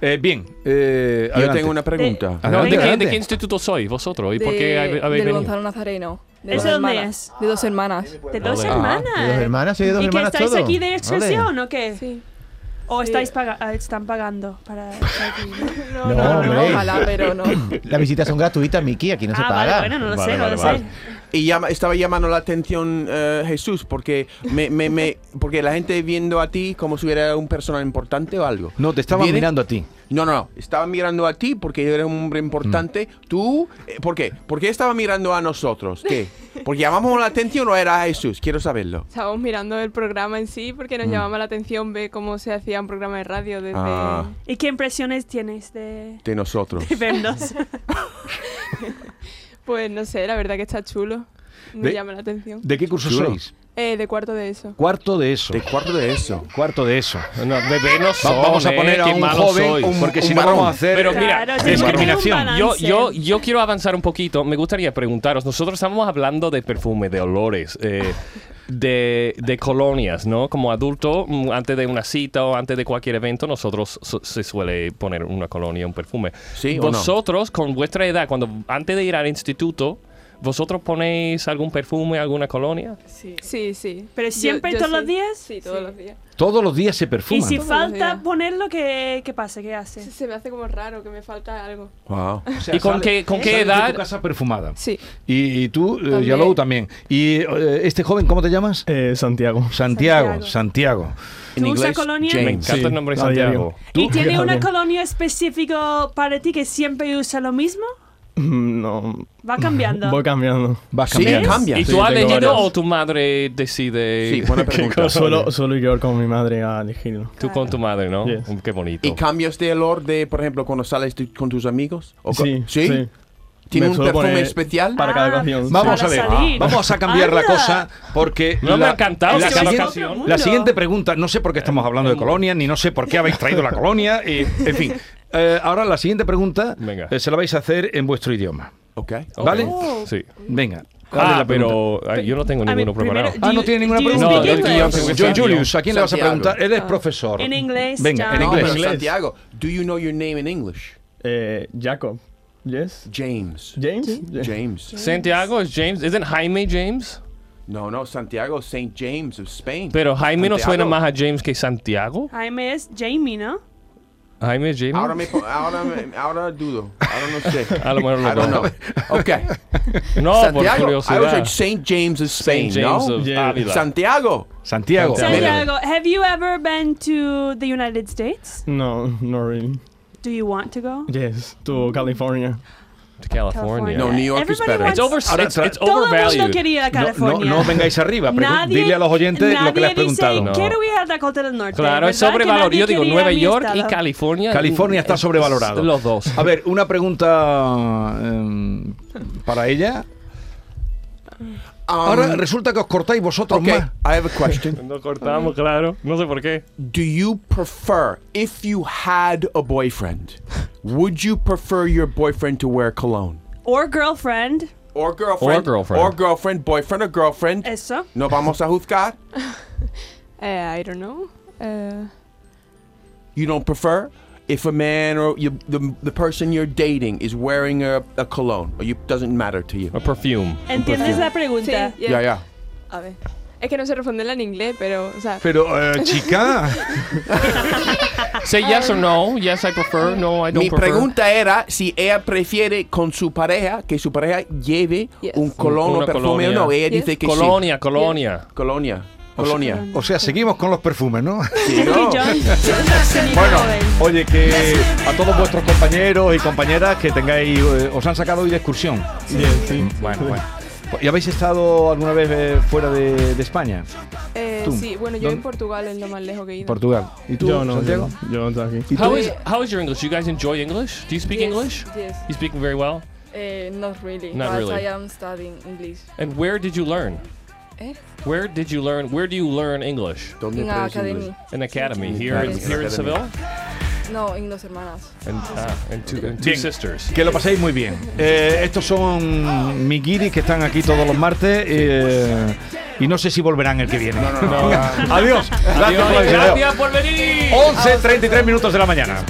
[SPEAKER 2] Eh, bien. eh,
[SPEAKER 3] Yo
[SPEAKER 2] adelante. ah.
[SPEAKER 3] tengo una pregunta.
[SPEAKER 4] No, ¿de,
[SPEAKER 2] Adelante,
[SPEAKER 4] qué- de
[SPEAKER 2] adelante.
[SPEAKER 4] qué instituto sois vosotros? ¿Y
[SPEAKER 8] De,
[SPEAKER 4] por qué habe- habéis
[SPEAKER 8] del
[SPEAKER 4] venido?
[SPEAKER 8] Gonzalo Nazareno. De
[SPEAKER 5] ¿Eso
[SPEAKER 8] dos
[SPEAKER 5] dónde
[SPEAKER 8] hermanas. De dos hermanas.
[SPEAKER 5] De dos
[SPEAKER 4] Vale.
[SPEAKER 5] hermanas.
[SPEAKER 6] Ah, De dos hermanas, soy de dos
[SPEAKER 5] ¿Y que
[SPEAKER 6] hermanas
[SPEAKER 5] estáis
[SPEAKER 6] todo.
[SPEAKER 5] aquí de excursión o qué?
[SPEAKER 8] Sí.
[SPEAKER 5] ¿O
[SPEAKER 8] Sí.
[SPEAKER 5] estáis paga- ah, están pagando para estar aquí?
[SPEAKER 6] No,
[SPEAKER 9] Ah,
[SPEAKER 6] hombre.
[SPEAKER 8] Ojalá, pero no.
[SPEAKER 6] Las visitas son gratuitas, Miki, aquí no se
[SPEAKER 5] ah,
[SPEAKER 6] paga.
[SPEAKER 5] vale, bueno, no lo
[SPEAKER 4] Vale,
[SPEAKER 5] sé, no
[SPEAKER 4] vale,
[SPEAKER 5] lo
[SPEAKER 4] vale.
[SPEAKER 5] sé.
[SPEAKER 3] Y llama- estaba llamando la atención eh, Jesús porque me, me, me- porque la gente viendo a ti como si hubiera un personal importante o algo.
[SPEAKER 2] No, te estaba
[SPEAKER 3] Viene-
[SPEAKER 2] mirando a ti.
[SPEAKER 3] No, no, no. Estaba mirando a ti porque yo era un hombre importante.
[SPEAKER 4] Mm.
[SPEAKER 3] ¿Tú? eh, ¿Por qué? ¿Por qué estaba mirando a nosotros? ¿Qué? ¿Porque llamamos la atención o era a Jesús? Quiero saberlo.
[SPEAKER 8] Estábamos mirando el programa en sí porque
[SPEAKER 9] Mm.
[SPEAKER 8] nos llamaba la atención ver cómo se hacía un programa de radio desde...
[SPEAKER 3] Ah.
[SPEAKER 5] ¿Y qué impresiones tienes de,
[SPEAKER 3] De nosotros.
[SPEAKER 5] de vernos?
[SPEAKER 8] Pues no sé, la verdad que está chulo. Me
[SPEAKER 2] De-
[SPEAKER 8] llama la atención.
[SPEAKER 2] ¿De qué curso
[SPEAKER 3] Chulo.
[SPEAKER 2] sois?
[SPEAKER 8] Eh, de cuarto de eso.
[SPEAKER 2] Cuarto de eso.
[SPEAKER 3] De cuarto de eso.
[SPEAKER 2] Cuarto de eso.
[SPEAKER 4] No, bebé no
[SPEAKER 2] Va-
[SPEAKER 4] son,
[SPEAKER 2] vamos a
[SPEAKER 4] eh,
[SPEAKER 2] poner a
[SPEAKER 4] qué
[SPEAKER 2] un
[SPEAKER 4] malo
[SPEAKER 2] joven,
[SPEAKER 4] sois.
[SPEAKER 3] un-
[SPEAKER 2] porque si
[SPEAKER 3] un
[SPEAKER 2] no vamos
[SPEAKER 3] varón.
[SPEAKER 2] a hacer
[SPEAKER 4] Pero mira,
[SPEAKER 5] Claro, tenemos que tener un
[SPEAKER 2] discriminación.
[SPEAKER 5] balance.
[SPEAKER 4] Yo, yo, yo quiero avanzar un poquito. Me gustaría preguntaros, nosotros estamos hablando de perfume, de olores, eh, de, de colonias, ¿no? Como adulto, mm, antes de una cita o antes de cualquier evento, nosotros su- se suele poner una colonia, un perfume.
[SPEAKER 3] ¿Sí o no?
[SPEAKER 4] Vosotros, con vuestra edad, cuando antes de ir al instituto, ¿vosotros ponéis algún perfume, alguna colonia?
[SPEAKER 8] Sí. Sí, sí.
[SPEAKER 5] ¿Pero siempre, todos los días?
[SPEAKER 8] Sí, todos los días.
[SPEAKER 2] Todos los días se
[SPEAKER 5] Y
[SPEAKER 2] perfuman.
[SPEAKER 5] si
[SPEAKER 8] Todos los
[SPEAKER 5] falta
[SPEAKER 8] días.
[SPEAKER 5] ponerlo, ¿qué, qué pasa? ¿Qué
[SPEAKER 8] Se-
[SPEAKER 5] haces?
[SPEAKER 8] Se me hace como raro que me falta algo.
[SPEAKER 3] Wow.
[SPEAKER 2] O sea,
[SPEAKER 4] ¿Y con
[SPEAKER 2] sale-
[SPEAKER 4] qué, con qué
[SPEAKER 2] sales de
[SPEAKER 4] edad?
[SPEAKER 2] tu casa perfumada.
[SPEAKER 8] Sí.
[SPEAKER 2] Y, y tú, eh,
[SPEAKER 8] También.
[SPEAKER 2] Yalou, también. ¿Y eh, este joven, cómo te llamas?
[SPEAKER 9] Eh, Santiago.
[SPEAKER 2] Santiago, Santiago.
[SPEAKER 5] ¿Tú usas colonia?
[SPEAKER 4] Me
[SPEAKER 3] James.
[SPEAKER 4] encanta el nombre
[SPEAKER 9] a diario.
[SPEAKER 4] Santiago.
[SPEAKER 5] ¿Y tiene una
[SPEAKER 9] Claro.
[SPEAKER 5] colonia específica para ti que siempre usa lo mismo?
[SPEAKER 9] Mm, No,
[SPEAKER 5] Va cambiando.
[SPEAKER 9] voy cambiando.
[SPEAKER 2] Vas
[SPEAKER 3] Sí,
[SPEAKER 2] cambiando.
[SPEAKER 3] cambia.
[SPEAKER 4] ¿Y
[SPEAKER 9] Sí,
[SPEAKER 4] tú has
[SPEAKER 9] tengo
[SPEAKER 4] elegido
[SPEAKER 9] varias.
[SPEAKER 4] o tu madre decide?
[SPEAKER 3] Sí, buena
[SPEAKER 4] qué
[SPEAKER 3] pregunta.
[SPEAKER 4] cosa?
[SPEAKER 9] Solo, solo yo con mi madre a elegirlo.
[SPEAKER 4] Tú con tu madre, ¿no?
[SPEAKER 9] Yes.
[SPEAKER 4] Mm, Qué bonito.
[SPEAKER 3] ¿Y cambias de olor de, por ejemplo, cuando sales tu- con tus amigos? ¿O co-
[SPEAKER 9] Sí,
[SPEAKER 3] ¿Sí?
[SPEAKER 9] sí.
[SPEAKER 3] ¿Tiene
[SPEAKER 9] Me
[SPEAKER 3] un
[SPEAKER 9] suelo
[SPEAKER 3] perfume
[SPEAKER 9] poner
[SPEAKER 3] especial?
[SPEAKER 9] para cada ocasión.
[SPEAKER 2] Vamos a
[SPEAKER 5] Ah, Para
[SPEAKER 2] ver, Ah,
[SPEAKER 5] salir.
[SPEAKER 2] vamos a cambiar la
[SPEAKER 5] Anda.
[SPEAKER 2] cosa porque
[SPEAKER 4] No, me
[SPEAKER 2] la-
[SPEAKER 4] ha encantado
[SPEAKER 2] La
[SPEAKER 4] esta
[SPEAKER 2] siguiente,
[SPEAKER 4] vacación.
[SPEAKER 2] la siguiente pregunta, no sé por qué estamos hablando de colonia, ni no sé por qué habéis traído la colonia, eh, en fin. Eh, ahora la siguiente pregunta
[SPEAKER 4] Venga.
[SPEAKER 2] eh, se la vais a hacer en vuestro idioma,
[SPEAKER 3] Ok.
[SPEAKER 2] ¿vale?
[SPEAKER 5] Oh.
[SPEAKER 4] Sí.
[SPEAKER 2] Venga. ¿cuál es
[SPEAKER 4] Ah,
[SPEAKER 2] la pregunta?
[SPEAKER 4] pero ay, yo no tengo
[SPEAKER 5] A ver,
[SPEAKER 4] ninguno preparado.
[SPEAKER 5] primero-
[SPEAKER 2] Ah,
[SPEAKER 5] Do
[SPEAKER 2] no
[SPEAKER 5] you-
[SPEAKER 2] tiene ninguna
[SPEAKER 5] do you
[SPEAKER 2] pregunta.
[SPEAKER 4] speak No, yo- yo-
[SPEAKER 5] English?
[SPEAKER 2] Joy Julius, ¿a quién le vas a
[SPEAKER 3] Santiago.
[SPEAKER 2] preguntar? Él es profesor.
[SPEAKER 5] En inglés,
[SPEAKER 2] Venga, en
[SPEAKER 5] John.
[SPEAKER 3] No,
[SPEAKER 2] inglés.
[SPEAKER 3] pero Santiago, do you know your name in English?
[SPEAKER 9] Eh, Jacob. Yes.
[SPEAKER 3] James.
[SPEAKER 9] James. Yes.
[SPEAKER 3] James.
[SPEAKER 4] Santiago es James. ¿Isn't Jaime James?
[SPEAKER 3] No, no, Santiago, St. James of Spain.
[SPEAKER 4] Pero Jaime no suena
[SPEAKER 3] Santiago.
[SPEAKER 4] más a James que Santiago.
[SPEAKER 5] Jaime es Jamie, ¿no?
[SPEAKER 4] Jaime es James.
[SPEAKER 3] Ahora, me, po- ahora, me- ahora dudo. Ahora no sé.
[SPEAKER 4] A lo mejor lo
[SPEAKER 3] I don't
[SPEAKER 4] pongo.
[SPEAKER 3] know. Okay.
[SPEAKER 4] No, Oh,
[SPEAKER 3] Santiago,
[SPEAKER 4] por
[SPEAKER 3] I was
[SPEAKER 4] curiosidad.
[SPEAKER 3] like St. James of Spain,
[SPEAKER 4] James
[SPEAKER 3] no?
[SPEAKER 4] of
[SPEAKER 9] Yeah.
[SPEAKER 4] Ávila.
[SPEAKER 3] Santiago.
[SPEAKER 2] Santiago.
[SPEAKER 5] Santiago, have you ever been to the United States?
[SPEAKER 9] No, not really.
[SPEAKER 5] Do you want to go?
[SPEAKER 9] Yes, to California.
[SPEAKER 4] California.
[SPEAKER 3] No, New York is
[SPEAKER 5] Everybody
[SPEAKER 3] better.
[SPEAKER 5] wants-
[SPEAKER 4] It's, over,
[SPEAKER 2] Ahora,
[SPEAKER 4] it's,
[SPEAKER 2] tra-
[SPEAKER 4] it's
[SPEAKER 5] Todo el mundo
[SPEAKER 4] overvalued.
[SPEAKER 5] quería ir a
[SPEAKER 2] No, no,
[SPEAKER 5] California.
[SPEAKER 2] no vengáis arriba, pregun-
[SPEAKER 5] Nadie-
[SPEAKER 2] dile a los oyentes lo que
[SPEAKER 5] nadie
[SPEAKER 2] le has preguntado.
[SPEAKER 5] Dice,
[SPEAKER 4] No.
[SPEAKER 5] Quiero ir a Dakota del Norte.
[SPEAKER 4] Claro, es
[SPEAKER 5] ¿verdad? Que
[SPEAKER 4] sobrevalorado.
[SPEAKER 5] nadie
[SPEAKER 4] Yo digo
[SPEAKER 5] quiere ir a
[SPEAKER 4] Nueva
[SPEAKER 5] mi
[SPEAKER 4] York y
[SPEAKER 5] estado.
[SPEAKER 4] California.
[SPEAKER 2] California está
[SPEAKER 4] es-
[SPEAKER 2] sobrevalorado.
[SPEAKER 4] Los dos.
[SPEAKER 2] A ver, una pregunta em, para ella. Ahora
[SPEAKER 3] Um,
[SPEAKER 2] resulta que os cortáis vosotros
[SPEAKER 3] okay,
[SPEAKER 2] más.
[SPEAKER 3] I have a question.
[SPEAKER 4] Nos cortamos, claro. No sé por qué.
[SPEAKER 3] Do you prefer, if you had a boyfriend, would you prefer your boyfriend to wear cologne?
[SPEAKER 5] Or girlfriend.
[SPEAKER 3] Or girlfriend.
[SPEAKER 4] Or girlfriend.
[SPEAKER 3] Or girlfriend, boyfriend or girlfriend.
[SPEAKER 5] Eso.
[SPEAKER 3] No vamos a juzgar.
[SPEAKER 8] Eh, I don't know. Eh,
[SPEAKER 3] You don't prefer? If a man or you, the, the person you're dating is wearing a, a cologne, or you, doesn't matter to you.
[SPEAKER 4] A perfume.
[SPEAKER 5] ¿Entiendes la pregunta?
[SPEAKER 8] sí, yeah.
[SPEAKER 3] Yeah, yeah.
[SPEAKER 8] A ver. Es que no sé responderla en inglés, pero, o sea,
[SPEAKER 2] Pero, eh, chica,
[SPEAKER 4] Say yes or no. Yes, I prefer. No, I don't
[SPEAKER 3] Mi
[SPEAKER 4] prefer.
[SPEAKER 3] pregunta era si ella prefiere con su pareja que su pareja lleve
[SPEAKER 8] Yes.
[SPEAKER 3] un colón o
[SPEAKER 4] Una
[SPEAKER 3] perfume o no.
[SPEAKER 4] colonia.
[SPEAKER 3] Ella
[SPEAKER 8] Yes.
[SPEAKER 3] dice que
[SPEAKER 4] Colonia, Oh, colonia.
[SPEAKER 3] sí. Colonia. Colonia.
[SPEAKER 2] o sea, seguimos con los perfumes, ¿no?
[SPEAKER 3] Sí,
[SPEAKER 5] Sí,
[SPEAKER 3] ¿no?
[SPEAKER 5] John.
[SPEAKER 2] Bueno,
[SPEAKER 5] joven.
[SPEAKER 2] oye, que a todos vuestros compañeros y compañeras que tengáis, eh, os han sacado hoy de excursión. Eh,
[SPEAKER 9] Yes, sí.
[SPEAKER 2] Bueno, bueno. Pues, ¿Y habéis estado alguna vez eh, fuera de, de España?
[SPEAKER 8] eh,
[SPEAKER 2] Tú.
[SPEAKER 8] sí, bueno, yo
[SPEAKER 2] ¿Dónde-
[SPEAKER 8] en Portugal es lo más lejos que he ido.
[SPEAKER 2] Portugal. ¿Y tú,
[SPEAKER 9] Yo no,
[SPEAKER 2] Santiago?
[SPEAKER 9] Yo, yo no estoy aquí.
[SPEAKER 4] How is how is your English? You guys enjoy English? Do you speak English?
[SPEAKER 10] Yes.
[SPEAKER 4] You speaking very well.
[SPEAKER 8] Eh,
[SPEAKER 10] Uh, not really.
[SPEAKER 4] Not
[SPEAKER 10] but
[SPEAKER 4] really.
[SPEAKER 10] I am studying English
[SPEAKER 4] And where did you learn?
[SPEAKER 10] Eh?
[SPEAKER 4] Where did you learn? Where do you learn English?
[SPEAKER 3] ¿Dónde
[SPEAKER 10] in an
[SPEAKER 3] aprendes inglés?
[SPEAKER 10] academy.
[SPEAKER 4] An academy here in,
[SPEAKER 3] Academy.
[SPEAKER 4] here in Seville,
[SPEAKER 10] No, in Dos Hermanas.
[SPEAKER 4] and uh, and two and two
[SPEAKER 2] Bien.
[SPEAKER 4] sisters.
[SPEAKER 2] Que lo paséis muy bien. Eh, estos son migiris que están aquí todos los martes eh, y no sé si volverán el que viene. Adiós. Gracias por haber llegado.
[SPEAKER 4] Gracias por venir.
[SPEAKER 2] 11.33 minutos de la mañana.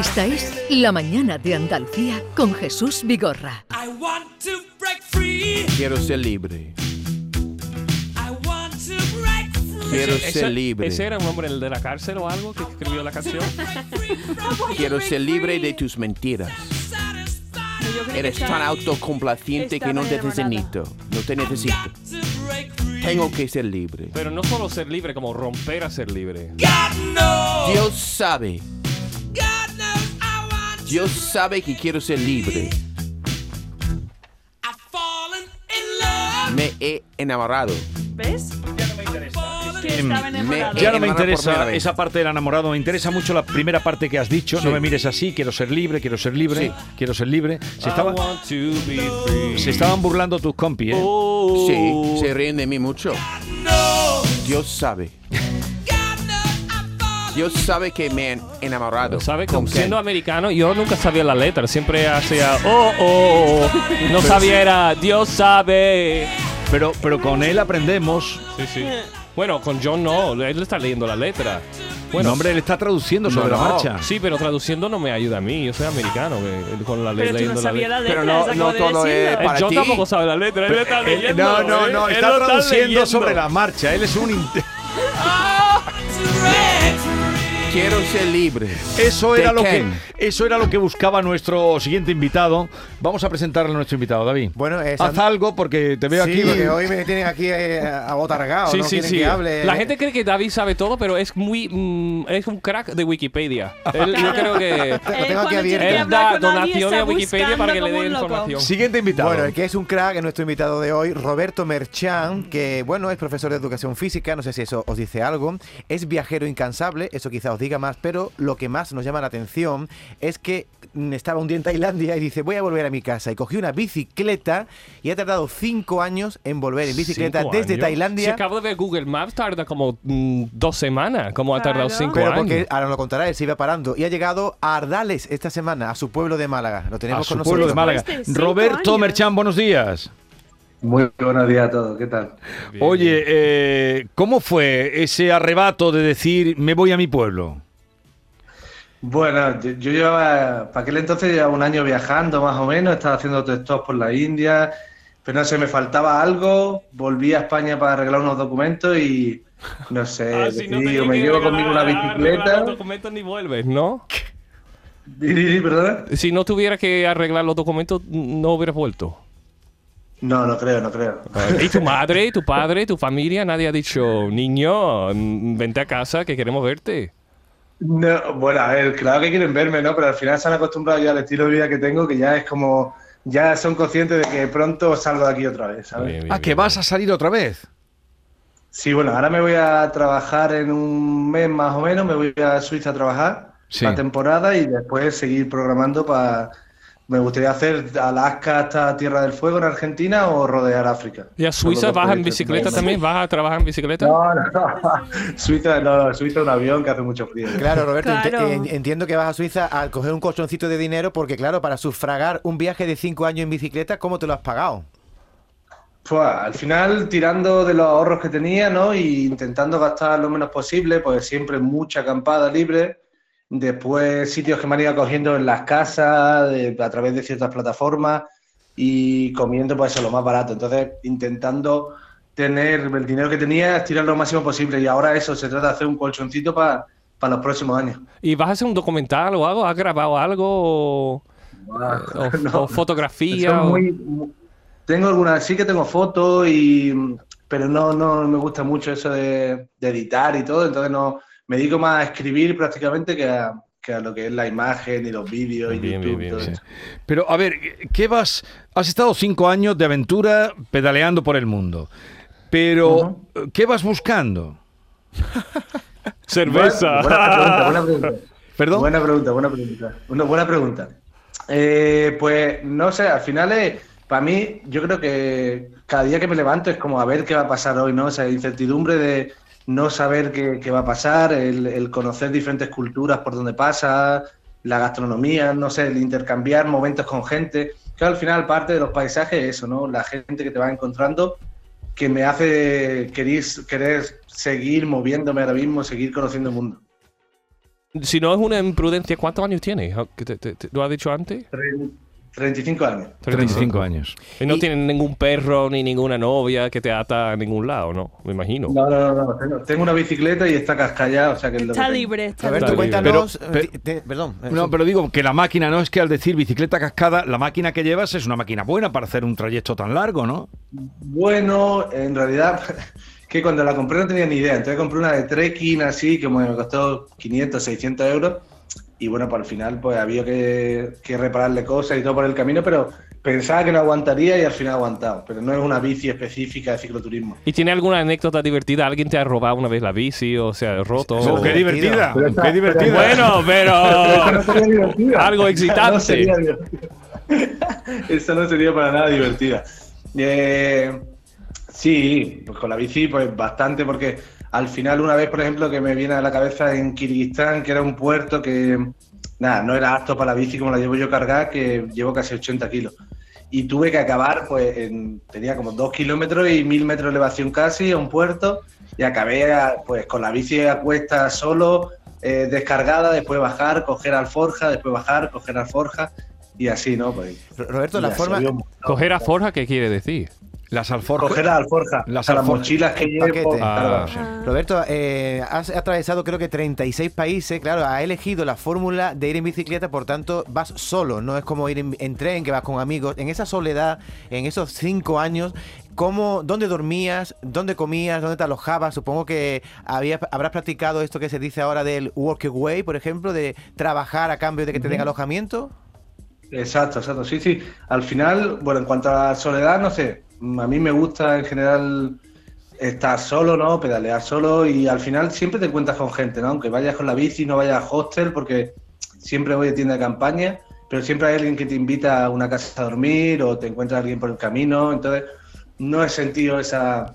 [SPEAKER 1] Esta es La Mañana de Andalucía con Jesús Vigorra.
[SPEAKER 3] Quiero ser libre. Quiero
[SPEAKER 4] Ese-
[SPEAKER 3] ser
[SPEAKER 4] ese-
[SPEAKER 3] libre.
[SPEAKER 4] ¿Ese era un hombre el de la cárcel o algo que escribió la canción?
[SPEAKER 3] Quiero ser libre de tus mentiras.
[SPEAKER 5] Yo creo que
[SPEAKER 3] Eres
[SPEAKER 5] está
[SPEAKER 3] tan
[SPEAKER 5] ahí.
[SPEAKER 3] autocomplaciente
[SPEAKER 5] Está
[SPEAKER 3] que no te
[SPEAKER 5] enamorada.
[SPEAKER 3] necesito. No te necesito. Tengo que ser libre.
[SPEAKER 4] Pero no solo ser libre, como romper a ser libre.
[SPEAKER 3] Dios sabe. Dios sabe que quiero ser libre. Me he enamorado.
[SPEAKER 5] ¿Ves? Que
[SPEAKER 4] Mm.
[SPEAKER 5] estaba enamorado.
[SPEAKER 3] me-
[SPEAKER 2] Ya no me
[SPEAKER 3] Enamorado por primera
[SPEAKER 2] interesa
[SPEAKER 3] vez.
[SPEAKER 2] esa parte del enamorado, me interesa mucho la primera parte que has dicho. No me mires así, quiero ser libre, quiero ser libre,
[SPEAKER 3] Sí.
[SPEAKER 2] quiero ser libre. Se,
[SPEAKER 4] I
[SPEAKER 2] estaba-
[SPEAKER 4] want to be free.
[SPEAKER 2] se estaban burlando tus compis, ¿eh?
[SPEAKER 3] Sí, se ríen de mí mucho. Dios sabe. Dios sabe que me han enamorado.
[SPEAKER 4] ¿Sabe?
[SPEAKER 3] ¿Con
[SPEAKER 4] Como
[SPEAKER 3] quién?
[SPEAKER 4] siendo americano, yo nunca sabía la letra. Siempre hacía, oh, oh, oh. No sabía, era, Dios sabe.
[SPEAKER 2] Pero, pero con él aprendemos.
[SPEAKER 4] Sí, sí. Bueno, con John no, él está leyendo la letra. Bueno,
[SPEAKER 2] no, hombre, él está traduciendo sobre
[SPEAKER 3] No,
[SPEAKER 2] la
[SPEAKER 3] no.
[SPEAKER 2] marcha.
[SPEAKER 4] Sí, pero traduciendo no me ayuda a mí. Yo soy americano que- con la
[SPEAKER 5] Pero tú
[SPEAKER 4] leyendo
[SPEAKER 5] no
[SPEAKER 4] la
[SPEAKER 5] sabías
[SPEAKER 4] letra.
[SPEAKER 5] la letra.
[SPEAKER 3] Pero no-
[SPEAKER 5] les
[SPEAKER 3] no
[SPEAKER 5] acabo de
[SPEAKER 3] todo es
[SPEAKER 5] decirlo.
[SPEAKER 3] para
[SPEAKER 4] Yo
[SPEAKER 3] ti.
[SPEAKER 4] tampoco sabe la letra, él está
[SPEAKER 2] Eh,
[SPEAKER 4] leyendo.
[SPEAKER 2] no, no, no,
[SPEAKER 4] él
[SPEAKER 2] está
[SPEAKER 4] lo
[SPEAKER 2] traduciendo
[SPEAKER 4] leyendo.
[SPEAKER 2] sobre la marcha. Él es un. inte-
[SPEAKER 3] Quiero ser libre.
[SPEAKER 2] Eso era,
[SPEAKER 3] They
[SPEAKER 2] lo que,
[SPEAKER 3] can.
[SPEAKER 2] eso era lo que buscaba nuestro siguiente invitado. Vamos a presentarle a nuestro invitado, David.
[SPEAKER 6] Bueno, es-
[SPEAKER 2] Haz algo porque te veo
[SPEAKER 6] sí,
[SPEAKER 2] aquí.
[SPEAKER 6] porque hoy me tienen aquí eh, abotargado. no quieren que hable.
[SPEAKER 4] La gente cree que David sabe todo, pero es muy. mm, es un crack de Wikipedia. Él- yo creo que.
[SPEAKER 6] Lo tengo aquí
[SPEAKER 5] Él cuando
[SPEAKER 6] abierto.
[SPEAKER 5] tiene que
[SPEAKER 4] Él
[SPEAKER 5] hablar
[SPEAKER 4] da
[SPEAKER 5] con alguien,
[SPEAKER 4] donaciones
[SPEAKER 5] está
[SPEAKER 4] a Wikipedia para que le
[SPEAKER 5] buscando
[SPEAKER 4] dé
[SPEAKER 5] como un loco.
[SPEAKER 4] información.
[SPEAKER 2] Siguiente invitado.
[SPEAKER 6] Bueno, el que es un crack es nuestro invitado de hoy, Roberto Merchan, que bueno, es profesor de educación física, no sé si eso os dice algo, es viajero incansable, eso quizá os diga más, pero lo que más nos llama la atención es que mm, estaba un día en Tailandia y dice, voy a volver a mi casa, y cogió una bicicleta y ha tardado cinco años en volver en bicicleta
[SPEAKER 4] Cinco
[SPEAKER 6] desde
[SPEAKER 4] años. Si
[SPEAKER 6] Tailandia.
[SPEAKER 4] acabo de ver Google Maps, tarda como mm, dos semanas. Como ha tardado
[SPEAKER 5] Claro.
[SPEAKER 4] cinco
[SPEAKER 6] Pero
[SPEAKER 4] años.
[SPEAKER 6] porque ahora nos lo contará, él se iba parando y ha llegado a Ardales esta semana, a su pueblo de Málaga. Lo
[SPEAKER 2] a
[SPEAKER 6] tenemos
[SPEAKER 2] su
[SPEAKER 6] con
[SPEAKER 2] pueblo de
[SPEAKER 6] nosotros.
[SPEAKER 2] Málaga.
[SPEAKER 5] Después de Este, cinco
[SPEAKER 2] Roberto
[SPEAKER 5] años.
[SPEAKER 2] Merchán, buenos días.
[SPEAKER 9] Muy buenos días a todos, ¿qué tal?
[SPEAKER 4] Bien,
[SPEAKER 2] Oye, eh, ¿cómo fue ese arrebato de decir me voy a mi pueblo?
[SPEAKER 9] Bueno, yo, yo llevaba, para aquel entonces llevaba un año viajando más o menos, estaba haciendo textos por la India, pero no sé, me faltaba algo, volví a España para arreglar unos documentos y no sé,
[SPEAKER 4] Ah, si no
[SPEAKER 9] decidí,
[SPEAKER 4] tenía
[SPEAKER 9] o eh, me
[SPEAKER 4] que
[SPEAKER 9] llevo conmigo una
[SPEAKER 4] arreglar- arreglar
[SPEAKER 9] bicicleta.
[SPEAKER 4] los documentos ni vuelves, ¿no?
[SPEAKER 9] Di, di, di, ¿Perdona?
[SPEAKER 4] Si no tuviera que arreglar los documentos, no hubieras vuelto. Ah,
[SPEAKER 9] No, no creo, no creo.
[SPEAKER 4] ¿Y tu madre, tu padre, tu familia? Nadie ha dicho, niño, mm, vente a casa que queremos verte.
[SPEAKER 9] No, bueno, a ver, claro que quieren verme, ¿no? Pero al final se han acostumbrado ya al estilo de vida que tengo, que ya es como, ya son conscientes de que pronto salgo de aquí otra vez, ¿sabes?
[SPEAKER 4] Bien, bien,
[SPEAKER 2] Ah, que
[SPEAKER 4] bien.
[SPEAKER 2] vas a salir otra vez.
[SPEAKER 9] Sí, bueno, ahora me voy a trabajar en un mes más o menos, me voy a Suiza a trabajar
[SPEAKER 2] Sí.
[SPEAKER 9] la temporada y después seguir programando para... Me gustaría hacer Alaska hasta Tierra del Fuego en Argentina o rodear África.
[SPEAKER 4] ¿Y a
[SPEAKER 9] Son los
[SPEAKER 4] Suiza
[SPEAKER 9] dos
[SPEAKER 4] vas
[SPEAKER 9] proyectos
[SPEAKER 4] en
[SPEAKER 9] que
[SPEAKER 4] bicicleta
[SPEAKER 9] tengo.
[SPEAKER 4] también? ¿Vas a trabajar en bicicleta?
[SPEAKER 9] No, no, no. Suiza, no, no, Suiza es un avión que hace mucho frío.
[SPEAKER 6] Claro, Roberto, ent-
[SPEAKER 5] Claro.
[SPEAKER 6] en- entiendo que vas a Suiza a coger un colchoncito de dinero porque, claro, para sufragar un viaje de cinco años en bicicleta, ¿cómo te lo has pagado?
[SPEAKER 9] Pues al final tirando de los ahorros que tenía, ¿no? Y intentando gastar lo menos posible, pues siempre mucha acampada libre. Después sitios que me han ido cogiendo en las casas, de- a través de ciertas plataformas y comiendo pues eso lo más barato. Entonces intentando tener el dinero que tenía, tirar lo máximo posible. Y ahora eso, se trata de hacer un colchoncito para los próximos años.
[SPEAKER 4] ¿Y vas a hacer un documental o algo? ¿Has grabado algo? ¿O, o- Eh, o fotografía?
[SPEAKER 9] Ah, Son
[SPEAKER 4] o-
[SPEAKER 9] muy- mu- tengo algunas, sí que tengo fotos y pero no, no me gusta mucho eso de, de editar y todo, entonces no me dedico más a escribir prácticamente que a, que a lo que es la imagen y los vídeos y
[SPEAKER 4] Bien, bien,
[SPEAKER 9] YouTube.
[SPEAKER 4] bien,
[SPEAKER 9] todo
[SPEAKER 4] bien.
[SPEAKER 9] eso.
[SPEAKER 2] Pero a ver, ¿qué vas? Has estado cinco años de aventura pedaleando por el mundo. Pero, ¿qué vas buscando?
[SPEAKER 9] Buena, buena pregunta, buena pregunta.
[SPEAKER 2] ¿Perdón?
[SPEAKER 9] Buena pregunta, buena pregunta. Una buena pregunta. Eh, pues no sé, al final es, para mí, yo creo que cada día que me levanto es como a ver qué va a pasar hoy, ¿no? O sea, incertidumbre de no saber qué, qué va a pasar, el, el conocer diferentes culturas por donde pasa, la gastronomía, no sé, el intercambiar momentos con gente. Claro, al final parte de los paisajes es eso, ¿no? La gente que te va encontrando que me hace querer, querer seguir moviéndome ahora mismo, seguir conociendo el mundo.
[SPEAKER 4] Si no es una imprudencia, ¿cuántos años tienes? ¿Qué te- te- te- ¿Lo has dicho antes?
[SPEAKER 9] 35 años.
[SPEAKER 2] 35 años.
[SPEAKER 4] Y no
[SPEAKER 6] Y-
[SPEAKER 4] tienes ningún perro ni ninguna novia que te ata a ningún lado, ¿no? Me imagino.
[SPEAKER 9] No, no, no, no, Tengo, tengo una bicicleta y está cascallada, o sea que es lo
[SPEAKER 5] Está
[SPEAKER 9] que tengo.
[SPEAKER 5] libre, está libre.
[SPEAKER 6] Roberto,
[SPEAKER 4] libre.
[SPEAKER 6] cuéntanos.
[SPEAKER 2] Pero-
[SPEAKER 6] eh, te- te- perdón. eh,
[SPEAKER 2] No,
[SPEAKER 6] sí.
[SPEAKER 2] pero digo que la máquina no es que al decir bicicleta cascada, la máquina que llevas es una máquina buena para hacer un trayecto tan largo, ¿no?
[SPEAKER 9] Bueno, en realidad, que cuando la compré no tenía ni idea. Entonces compré una de trekking así, que me costó 500, 600 euros. Y bueno, para el final, pues había que, que repararle cosas y todo por el camino, pero pensaba que no aguantaría y al final ha aguantado. Pero no es una bici específica de cicloturismo.
[SPEAKER 4] ¿Y tiene alguna anécdota divertida? ¿Alguien te ha robado una vez la bici o se ha roto?
[SPEAKER 6] Eso
[SPEAKER 2] Oh, qué divertida,
[SPEAKER 9] Pero está-
[SPEAKER 2] qué divertida.
[SPEAKER 4] Bueno, pero
[SPEAKER 9] sería divertida.
[SPEAKER 4] algo excitante.
[SPEAKER 9] No sería divertida. Eso no sería para nada divertida. Eh, sí, pues con la bici, pues bastante, porque al final, una vez, por ejemplo, que me viene a la cabeza en Kirguistán, que era un puerto que, nada, no era apto para la bici como la llevo yo cargada, que llevo casi 80 kilos. Y tuve que acabar, pues en- tenía como dos kilómetros y mil metros de elevación casi a un puerto. Y acabé a- pues con la bici a cuesta solo, eh, descargada, después bajar, coger alforja, después bajar, coger alforja y así, ¿no? Pues,
[SPEAKER 6] Ro- Roberto, la
[SPEAKER 9] ya
[SPEAKER 6] forma.
[SPEAKER 9] sabíamos.
[SPEAKER 4] coger a Forja, ¿qué quiere decir?
[SPEAKER 2] Las alforjas.
[SPEAKER 9] Coger las alforjas,
[SPEAKER 2] Las
[SPEAKER 9] las,
[SPEAKER 2] alforjas.
[SPEAKER 9] mochilas que lleve.
[SPEAKER 6] Paquete.
[SPEAKER 9] por-
[SPEAKER 2] Ah,
[SPEAKER 9] claro.
[SPEAKER 2] sí.
[SPEAKER 6] Roberto, eh, has atravesado creo que 36 países, claro, has elegido la fórmula de ir en bicicleta, por tanto vas solo, no es como ir en, en tren, que vas con amigos. En esa soledad, en esos cinco años, ¿cómo, ¿dónde dormías? ¿Dónde comías? ¿Dónde te alojabas? Supongo que habías, habrás practicado esto que se dice ahora del workaway, por ejemplo, de trabajar a cambio de que te den alojamiento.
[SPEAKER 9] Exacto, exacto. Sí, sí. Al final, bueno, en cuanto a la soledad, no sé. A mí me gusta en general estar solo, ¿no? Pedalear solo y al final siempre te encuentras con gente, ¿no? Aunque vayas con la bici, no vayas a hostel, porque siempre voy a tienda de campaña, pero siempre hay alguien que te invita a una casa a dormir o te encuentra alguien por el camino. Entonces, no he sentido esa,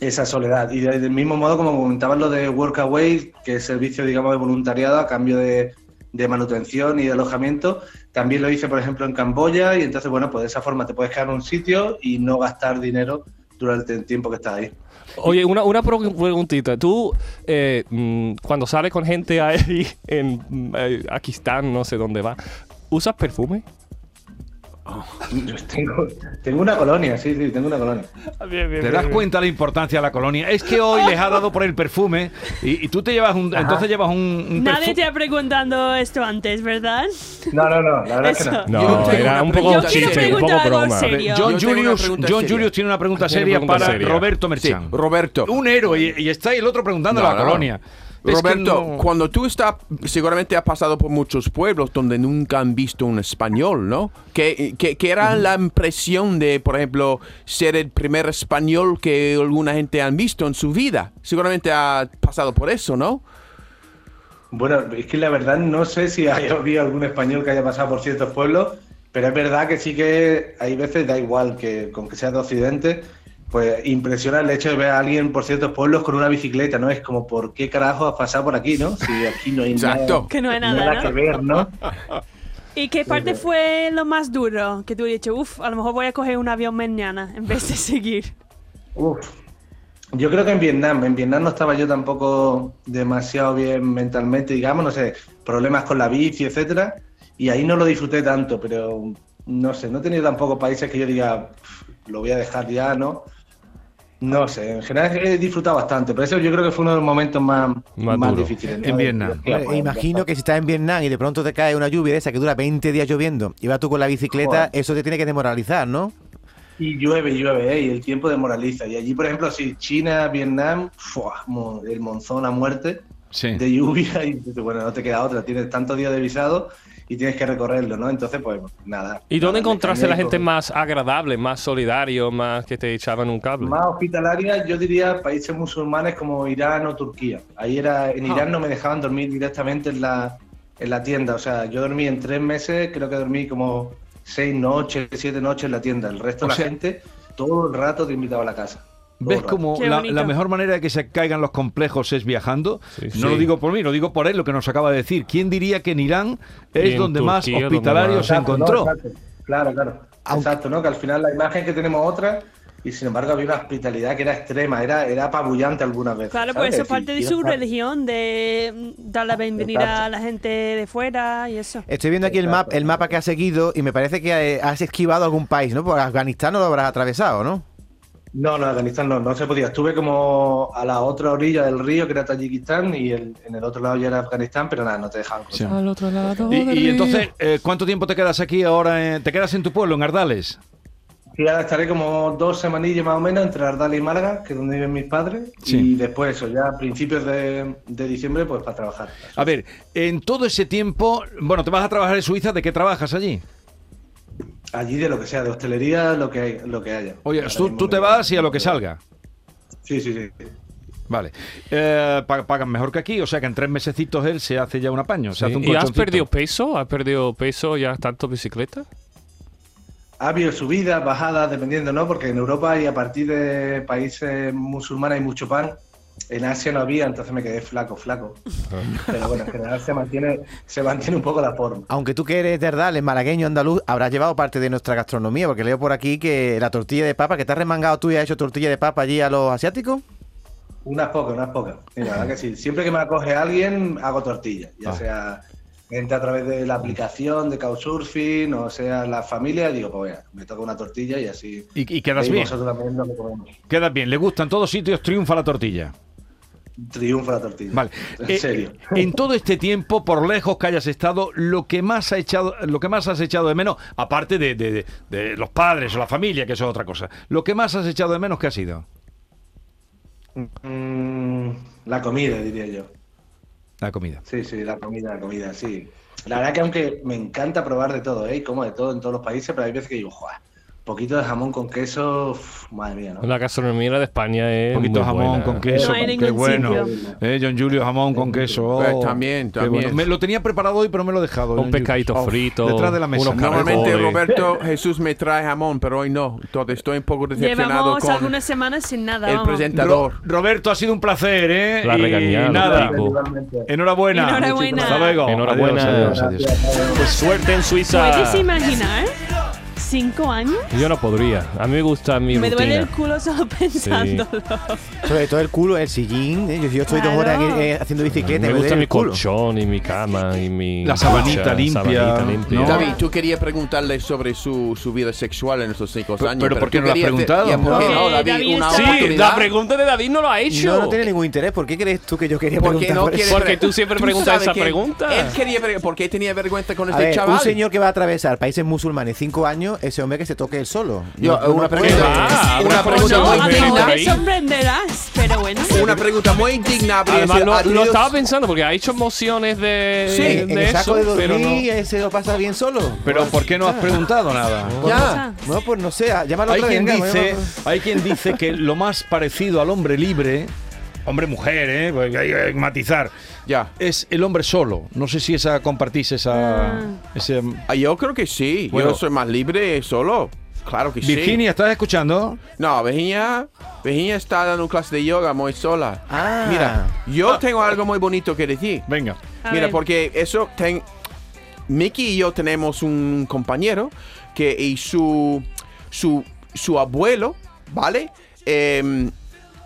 [SPEAKER 9] esa soledad. Y de- del mismo modo, como comentaban lo de Workaway, que es servicio, digamos, de voluntariado a cambio de, de manutención y de alojamiento, también lo hice, por ejemplo, en Camboya y entonces, bueno, pues de esa forma te puedes quedar en un sitio y no gastar dinero durante el tiempo que estás ahí.
[SPEAKER 4] Oye, una, una pro- preguntita. Tú, eh, mm, cuando sales con gente ahí en mm, eh, Pakistán, no sé dónde va, ¿usas perfume?
[SPEAKER 9] Yo tengo, tengo una colonia, sí, sí, tengo una colonia.
[SPEAKER 2] Te das cuenta la importancia de la colonia. Es que hoy les ha dado por el perfume y, y tú te llevas un. Entonces llevas un, un
[SPEAKER 5] Nadie
[SPEAKER 2] perfu-
[SPEAKER 5] te ha preguntado esto antes, ¿verdad?
[SPEAKER 9] No, no, no, la verdad es que
[SPEAKER 5] Eso.
[SPEAKER 9] no.
[SPEAKER 4] No,
[SPEAKER 3] Yo tengo
[SPEAKER 4] era
[SPEAKER 3] una
[SPEAKER 4] un poco
[SPEAKER 5] Yo
[SPEAKER 4] un
[SPEAKER 5] quiero
[SPEAKER 4] chiste, un poco
[SPEAKER 5] preguntar algo
[SPEAKER 4] broma.
[SPEAKER 5] serio.
[SPEAKER 2] John,
[SPEAKER 3] Yo tengo una
[SPEAKER 2] Julius,
[SPEAKER 3] pregunta
[SPEAKER 2] John
[SPEAKER 3] seria.
[SPEAKER 2] Julius tiene una pregunta
[SPEAKER 4] Tiene
[SPEAKER 2] seria
[SPEAKER 4] pregunta
[SPEAKER 2] para
[SPEAKER 4] seria.
[SPEAKER 2] Roberto
[SPEAKER 3] Sí,
[SPEAKER 2] Merchan.
[SPEAKER 3] Roberto.
[SPEAKER 2] un héroe y, y está el otro preguntando
[SPEAKER 3] No,
[SPEAKER 2] a la
[SPEAKER 3] no, no.
[SPEAKER 2] colonia. Es que
[SPEAKER 3] Roberto,
[SPEAKER 2] no-
[SPEAKER 3] cuando tú estás, seguramente has pasado por muchos pueblos donde nunca han visto un español, ¿no? ¿Qué, qué- qué era la impresión de, por ejemplo, ser el primer español que alguna gente han visto en su vida? Seguramente ha pasado por eso, ¿no?
[SPEAKER 9] Bueno, es que la verdad no sé si haya habido algún español que haya pasado por ciertos pueblos, pero es verdad que sí que hay veces, da igual que con que seas de Occidente, pues impresiona el hecho de ver a alguien por ciertos pueblos con una bicicleta, ¿no? Es como, ¿por qué carajo has pasado por aquí, no? Si aquí no hay
[SPEAKER 3] Exacto.
[SPEAKER 9] nada,
[SPEAKER 5] Que no hay nada, ¿no?
[SPEAKER 9] que ver, ¿no?
[SPEAKER 5] ¿Y qué parte fue lo más duro que tú has dicho, uff, a lo mejor voy a coger un avión mañana en vez de seguir?
[SPEAKER 9] Uf. Yo creo que en Vietnam, en Vietnam no estaba yo tampoco demasiado bien mentalmente, digamos, no sé, problemas con la bici, etcétera, y ahí no lo disfruté tanto, pero no sé, no he tenido tampoco países que yo diga, "Uf, lo voy a dejar ya, ¿no? No sé, en general he disfrutado bastante, pero eso yo creo que fue uno de los momentos más,
[SPEAKER 4] Más
[SPEAKER 9] más,
[SPEAKER 4] duro.
[SPEAKER 9] difíciles. ¿no?
[SPEAKER 2] En Vietnam.
[SPEAKER 9] Ya,
[SPEAKER 6] Hombre,
[SPEAKER 9] pues,
[SPEAKER 6] imagino que si estás en Vietnam y de pronto te cae una lluvia de esa que dura 20 días lloviendo y vas tú con la bicicleta,
[SPEAKER 9] Joder.
[SPEAKER 6] eso te tiene que demoralizar, ¿no?
[SPEAKER 9] Y llueve, llueve, ¿eh? y el tiempo demoraliza. Y allí, por ejemplo, si China, Vietnam, ¡fua! mo- el monzón a muerte,
[SPEAKER 2] Sí.
[SPEAKER 9] de lluvia y dices, bueno, no te queda otra, tienes tantos días de visado y tienes que recorrerlo, ¿no? Entonces, pues nada.
[SPEAKER 4] ¿Y dónde
[SPEAKER 9] Nada,
[SPEAKER 4] encontraste
[SPEAKER 9] me
[SPEAKER 4] la
[SPEAKER 9] cambié
[SPEAKER 4] gente
[SPEAKER 9] con-
[SPEAKER 4] más agradable, más solidario, más que te echaban un cable?
[SPEAKER 9] Más hospitalaria, yo diría países musulmanes como Irán o Turquía. Ahí era, en
[SPEAKER 4] Ah.
[SPEAKER 9] Irán no me dejaban dormir directamente en la, en la tienda. O sea, yo dormí en tres meses, creo que dormí como seis noches, siete noches en la tienda. El resto
[SPEAKER 2] O
[SPEAKER 9] de la
[SPEAKER 2] sea-
[SPEAKER 9] gente todo el rato te invitaba a la casa. Todo
[SPEAKER 2] ¿Ves
[SPEAKER 9] el rato.
[SPEAKER 2] cómo
[SPEAKER 5] Qué
[SPEAKER 2] la,
[SPEAKER 5] bonito.
[SPEAKER 2] la mejor manera de que se caigan los complejos es viajando?
[SPEAKER 4] Sí,
[SPEAKER 2] no
[SPEAKER 4] sí.
[SPEAKER 2] lo digo por mí, lo digo por él, lo que nos acaba de decir. ¿Quién diría que en Irán es
[SPEAKER 4] Y en
[SPEAKER 2] donde más
[SPEAKER 4] Turquía, donde
[SPEAKER 2] hospitalarios
[SPEAKER 4] más-
[SPEAKER 2] se
[SPEAKER 9] Exacto, ¿no?
[SPEAKER 2] encontró?
[SPEAKER 9] Exacto. Claro, claro.
[SPEAKER 6] Aunque-
[SPEAKER 9] Exacto, ¿no? Que al final la imagen que tenemos es otra y sin embargo había una hospitalidad que era extrema, era, era apabullante algunas veces.
[SPEAKER 5] Claro, pues
[SPEAKER 9] ¿sabes?
[SPEAKER 5] eso
[SPEAKER 9] Es
[SPEAKER 5] es parte de
[SPEAKER 9] decir,
[SPEAKER 5] su
[SPEAKER 9] yo-
[SPEAKER 5] religión, de mm, dar la bienvenida
[SPEAKER 9] Exacto.
[SPEAKER 5] a la gente de fuera y eso.
[SPEAKER 6] Estoy viendo aquí el, map, el mapa que has seguido y me parece que eh, has esquivado algún país, ¿no? Porque Afganistán no lo habrás atravesado, ¿no?
[SPEAKER 9] No, no, Afganistán no, no se podía. Estuve como a la otra orilla del río que era Tayikistán y el- en el otro lado ya era Afganistán, pero nada, no te dejaban. cruzar.
[SPEAKER 2] Sí.
[SPEAKER 10] Al otro lado
[SPEAKER 2] Y,
[SPEAKER 10] del
[SPEAKER 2] y
[SPEAKER 10] río.
[SPEAKER 2] entonces, eh, ¿cuánto tiempo te quedas aquí ahora? eh? ¿Te quedas en tu pueblo, en Ardales?
[SPEAKER 9] Y ahora estaré como dos semanillas más o menos entre Ardales y Málaga, que es donde viven mis padres,
[SPEAKER 2] Sí.
[SPEAKER 9] y después eso, ya a principios de, de diciembre, pues para trabajar.
[SPEAKER 2] A ver, en todo ese tiempo, bueno, te vas a trabajar en Suiza, ¿de qué trabajas allí?
[SPEAKER 9] Allí de lo que sea, de hostelería, lo que, hay- lo que haya.
[SPEAKER 2] Oye,
[SPEAKER 9] Ahora
[SPEAKER 2] tú,
[SPEAKER 9] mismo
[SPEAKER 2] tú
[SPEAKER 9] me-
[SPEAKER 2] te vas y a lo que salga.
[SPEAKER 9] Sí, sí, sí.
[SPEAKER 2] Vale. Eh, pa- pagan mejor que aquí, o sea que en tres mesecitos él se hace ya un apaño. Se hace un
[SPEAKER 4] ¿Y has
[SPEAKER 2] colchoncito.
[SPEAKER 4] perdido peso? ¿Has perdido peso ya tanto bicicleta?
[SPEAKER 9] Ha habido subidas, bajadas, dependiendo, ¿no? Porque en Europa y a partir de países musulmanes hay mucho pan. En Asia no había, entonces me quedé flaco, flaco.
[SPEAKER 2] Ah.
[SPEAKER 9] Pero bueno, en general se mantiene, se mantiene un poco la forma.
[SPEAKER 6] Aunque tú que eres de Ardales, malagueño, andaluz, habrás llevado parte de nuestra gastronomía, porque leo por aquí que la tortilla de papa, que te has remangado tú y has hecho tortilla de papa allí a los asiáticos.
[SPEAKER 2] Ah.
[SPEAKER 9] Unas pocas, unas pocas. Y la verdad que sí. Siempre que me acoge alguien, hago tortilla. Ya sea gente a través de la aplicación de Couchsurfing, o sea, la familia, digo, pues venga, me toca una tortilla y así.
[SPEAKER 2] Y- y quedas
[SPEAKER 9] ahí
[SPEAKER 2] bien.
[SPEAKER 9] vosotros también nos lo comemos.
[SPEAKER 2] Queda bien, le gusta en todos sitios, triunfa la tortilla.
[SPEAKER 9] Triunfa la tortilla.
[SPEAKER 2] Vale.
[SPEAKER 9] En
[SPEAKER 2] Eh,
[SPEAKER 9] serio.
[SPEAKER 2] En todo este tiempo, por lejos que hayas estado, lo que más ha echado, lo que más has echado de menos, aparte de, de- de- de los padres o la familia, que eso es otra cosa, lo que más has echado de menos que ha sido
[SPEAKER 9] Mm, la comida, diría yo.
[SPEAKER 2] la comida.
[SPEAKER 9] Sí, sí, la comida, la comida, sí. La verdad que aunque me encanta probar de todo, ¿eh? Y como de todo en todos los países, pero hay veces que digo, joder, poquito de jamón con queso, uf, madre mía, ¿no?
[SPEAKER 4] La gastronomía de España es.
[SPEAKER 2] Un poquito de
[SPEAKER 4] muy
[SPEAKER 2] jamón
[SPEAKER 4] buena.
[SPEAKER 2] con queso,
[SPEAKER 5] No hay
[SPEAKER 2] qué
[SPEAKER 5] ningún
[SPEAKER 2] bueno.
[SPEAKER 5] sitio.
[SPEAKER 2] Eh, John Julio, jamón con queso.
[SPEAKER 3] Pues
[SPEAKER 2] oh,
[SPEAKER 3] también,
[SPEAKER 2] qué
[SPEAKER 3] también.
[SPEAKER 2] bueno. Me lo tenía preparado hoy, pero me lo he dejado. John
[SPEAKER 4] Un
[SPEAKER 2] Julio.
[SPEAKER 4] pescadito
[SPEAKER 2] Oh,
[SPEAKER 4] frito.
[SPEAKER 2] Detrás de la mesa.
[SPEAKER 4] unos
[SPEAKER 3] Normalmente
[SPEAKER 4] caracoles.
[SPEAKER 3] Roberto Jesús me trae jamón, pero hoy no. Entonces estoy un poco decepcionado
[SPEAKER 5] Llevamos
[SPEAKER 3] con
[SPEAKER 5] algunas semanas sin nada.
[SPEAKER 3] el
[SPEAKER 5] vamos.
[SPEAKER 2] Ro-
[SPEAKER 3] presentador.
[SPEAKER 2] Roberto, ha sido un placer, ¿eh?
[SPEAKER 4] La
[SPEAKER 2] Y
[SPEAKER 4] regañada,
[SPEAKER 2] nada.
[SPEAKER 4] tipo.
[SPEAKER 9] Igualmente.
[SPEAKER 2] Enhorabuena.
[SPEAKER 5] Enhorabuena.
[SPEAKER 2] Hasta luego.
[SPEAKER 4] Enhorabuena.
[SPEAKER 2] Adiós, adiós, adiós.
[SPEAKER 4] Pues suerte en Suiza.
[SPEAKER 5] ¿Puedes imaginar? ¿eh? ¿Cinco años?
[SPEAKER 4] Yo no podría. A mí me gusta mi
[SPEAKER 5] Me duele el
[SPEAKER 4] rutina.
[SPEAKER 5] culo solo pensándolo.
[SPEAKER 6] Sobre todo el culo, el sillín. ¿eh? Yo, yo estoy dos horas
[SPEAKER 5] Claro.
[SPEAKER 6] aquí, eh, haciendo bicicleta.
[SPEAKER 4] Me
[SPEAKER 6] duele
[SPEAKER 4] gusta
[SPEAKER 6] el
[SPEAKER 4] mi
[SPEAKER 6] culo.
[SPEAKER 4] colchón y mi cama y mi.
[SPEAKER 2] La sabanita
[SPEAKER 4] ducha,
[SPEAKER 2] limpia,
[SPEAKER 4] sabanita limpia.
[SPEAKER 2] ¿no?
[SPEAKER 3] David, tú querías preguntarle sobre su, su vida sexual en estos cinco
[SPEAKER 2] Pero-
[SPEAKER 3] años.
[SPEAKER 2] pero ¿por qué
[SPEAKER 3] tú
[SPEAKER 2] no lo has
[SPEAKER 3] querías hacer-
[SPEAKER 2] preguntado?
[SPEAKER 3] Ya, ¿por qué no,
[SPEAKER 5] Porque
[SPEAKER 3] David?
[SPEAKER 5] eh, David
[SPEAKER 3] Una
[SPEAKER 5] está-
[SPEAKER 4] Sí, la
[SPEAKER 3] oportunidad.
[SPEAKER 4] pregunta de David no lo ha hecho.
[SPEAKER 6] No, no tiene ningún interés. ¿Por qué crees tú que yo quería
[SPEAKER 3] ¿Por qué
[SPEAKER 6] preguntar
[SPEAKER 3] no
[SPEAKER 6] por eso?
[SPEAKER 3] quieres
[SPEAKER 4] Porque tú siempre preguntas
[SPEAKER 3] sabes
[SPEAKER 4] esa
[SPEAKER 3] que
[SPEAKER 4] pregunta.
[SPEAKER 3] Él quería ver- ¿Por qué tenía vergüenza con
[SPEAKER 6] A
[SPEAKER 3] este
[SPEAKER 6] ver,
[SPEAKER 3] chaval?
[SPEAKER 6] un señor que va a atravesar países musulmanes cinco años, ese hombre que se toque él solo.
[SPEAKER 3] Yo,
[SPEAKER 6] No- no-
[SPEAKER 3] una
[SPEAKER 6] no-
[SPEAKER 3] pregunta,
[SPEAKER 4] va?
[SPEAKER 3] una
[SPEAKER 4] Habrá
[SPEAKER 3] pregunta
[SPEAKER 4] preguntas
[SPEAKER 5] No,
[SPEAKER 3] muy
[SPEAKER 5] no,
[SPEAKER 4] muy
[SPEAKER 3] digna.
[SPEAKER 5] te
[SPEAKER 4] David.
[SPEAKER 5] sorprenderás, pero bueno.
[SPEAKER 3] pues, Una pregunta muy indigna. habría
[SPEAKER 4] Además,
[SPEAKER 3] sido,
[SPEAKER 4] lo,
[SPEAKER 3] ¿ha
[SPEAKER 4] lo
[SPEAKER 3] tenido-
[SPEAKER 4] estaba pensando porque ha hecho mociones de,
[SPEAKER 3] Sí,
[SPEAKER 4] de
[SPEAKER 6] Eh, en en el saco
[SPEAKER 4] eso,
[SPEAKER 6] de dormir,
[SPEAKER 4] pero no.
[SPEAKER 6] ese lo pasa bien solo.
[SPEAKER 2] Pero ¿por qué no has preguntado nada?
[SPEAKER 5] Ah,
[SPEAKER 6] Ya. No, pues no sé, llámalo
[SPEAKER 2] Hay
[SPEAKER 6] otra vez,
[SPEAKER 2] quien,
[SPEAKER 6] venga,
[SPEAKER 2] dice,
[SPEAKER 6] llámalo.
[SPEAKER 2] hay quien dice que lo más parecido al hombre libre, hombre-mujer, ¿eh? Porque hay que matizar,
[SPEAKER 3] Ya.
[SPEAKER 2] es el hombre solo. No sé si esa compartís esa... ese-
[SPEAKER 3] Ah, Yo creo que sí.
[SPEAKER 2] Bueno.
[SPEAKER 3] Yo soy más libre solo. Claro que
[SPEAKER 2] Virginia, ¿estás escuchando?
[SPEAKER 3] sí. No, Virginia, Virginia está dando clase de yoga muy sola.
[SPEAKER 6] Ah.
[SPEAKER 3] Mira, yo tengo algo muy bonito que decir.
[SPEAKER 2] Venga.
[SPEAKER 5] A
[SPEAKER 3] Mira,
[SPEAKER 5] ver.
[SPEAKER 3] porque eso, ten, Mickey y yo tenemos un compañero que y su, su, su abuelo, ¿vale? Em,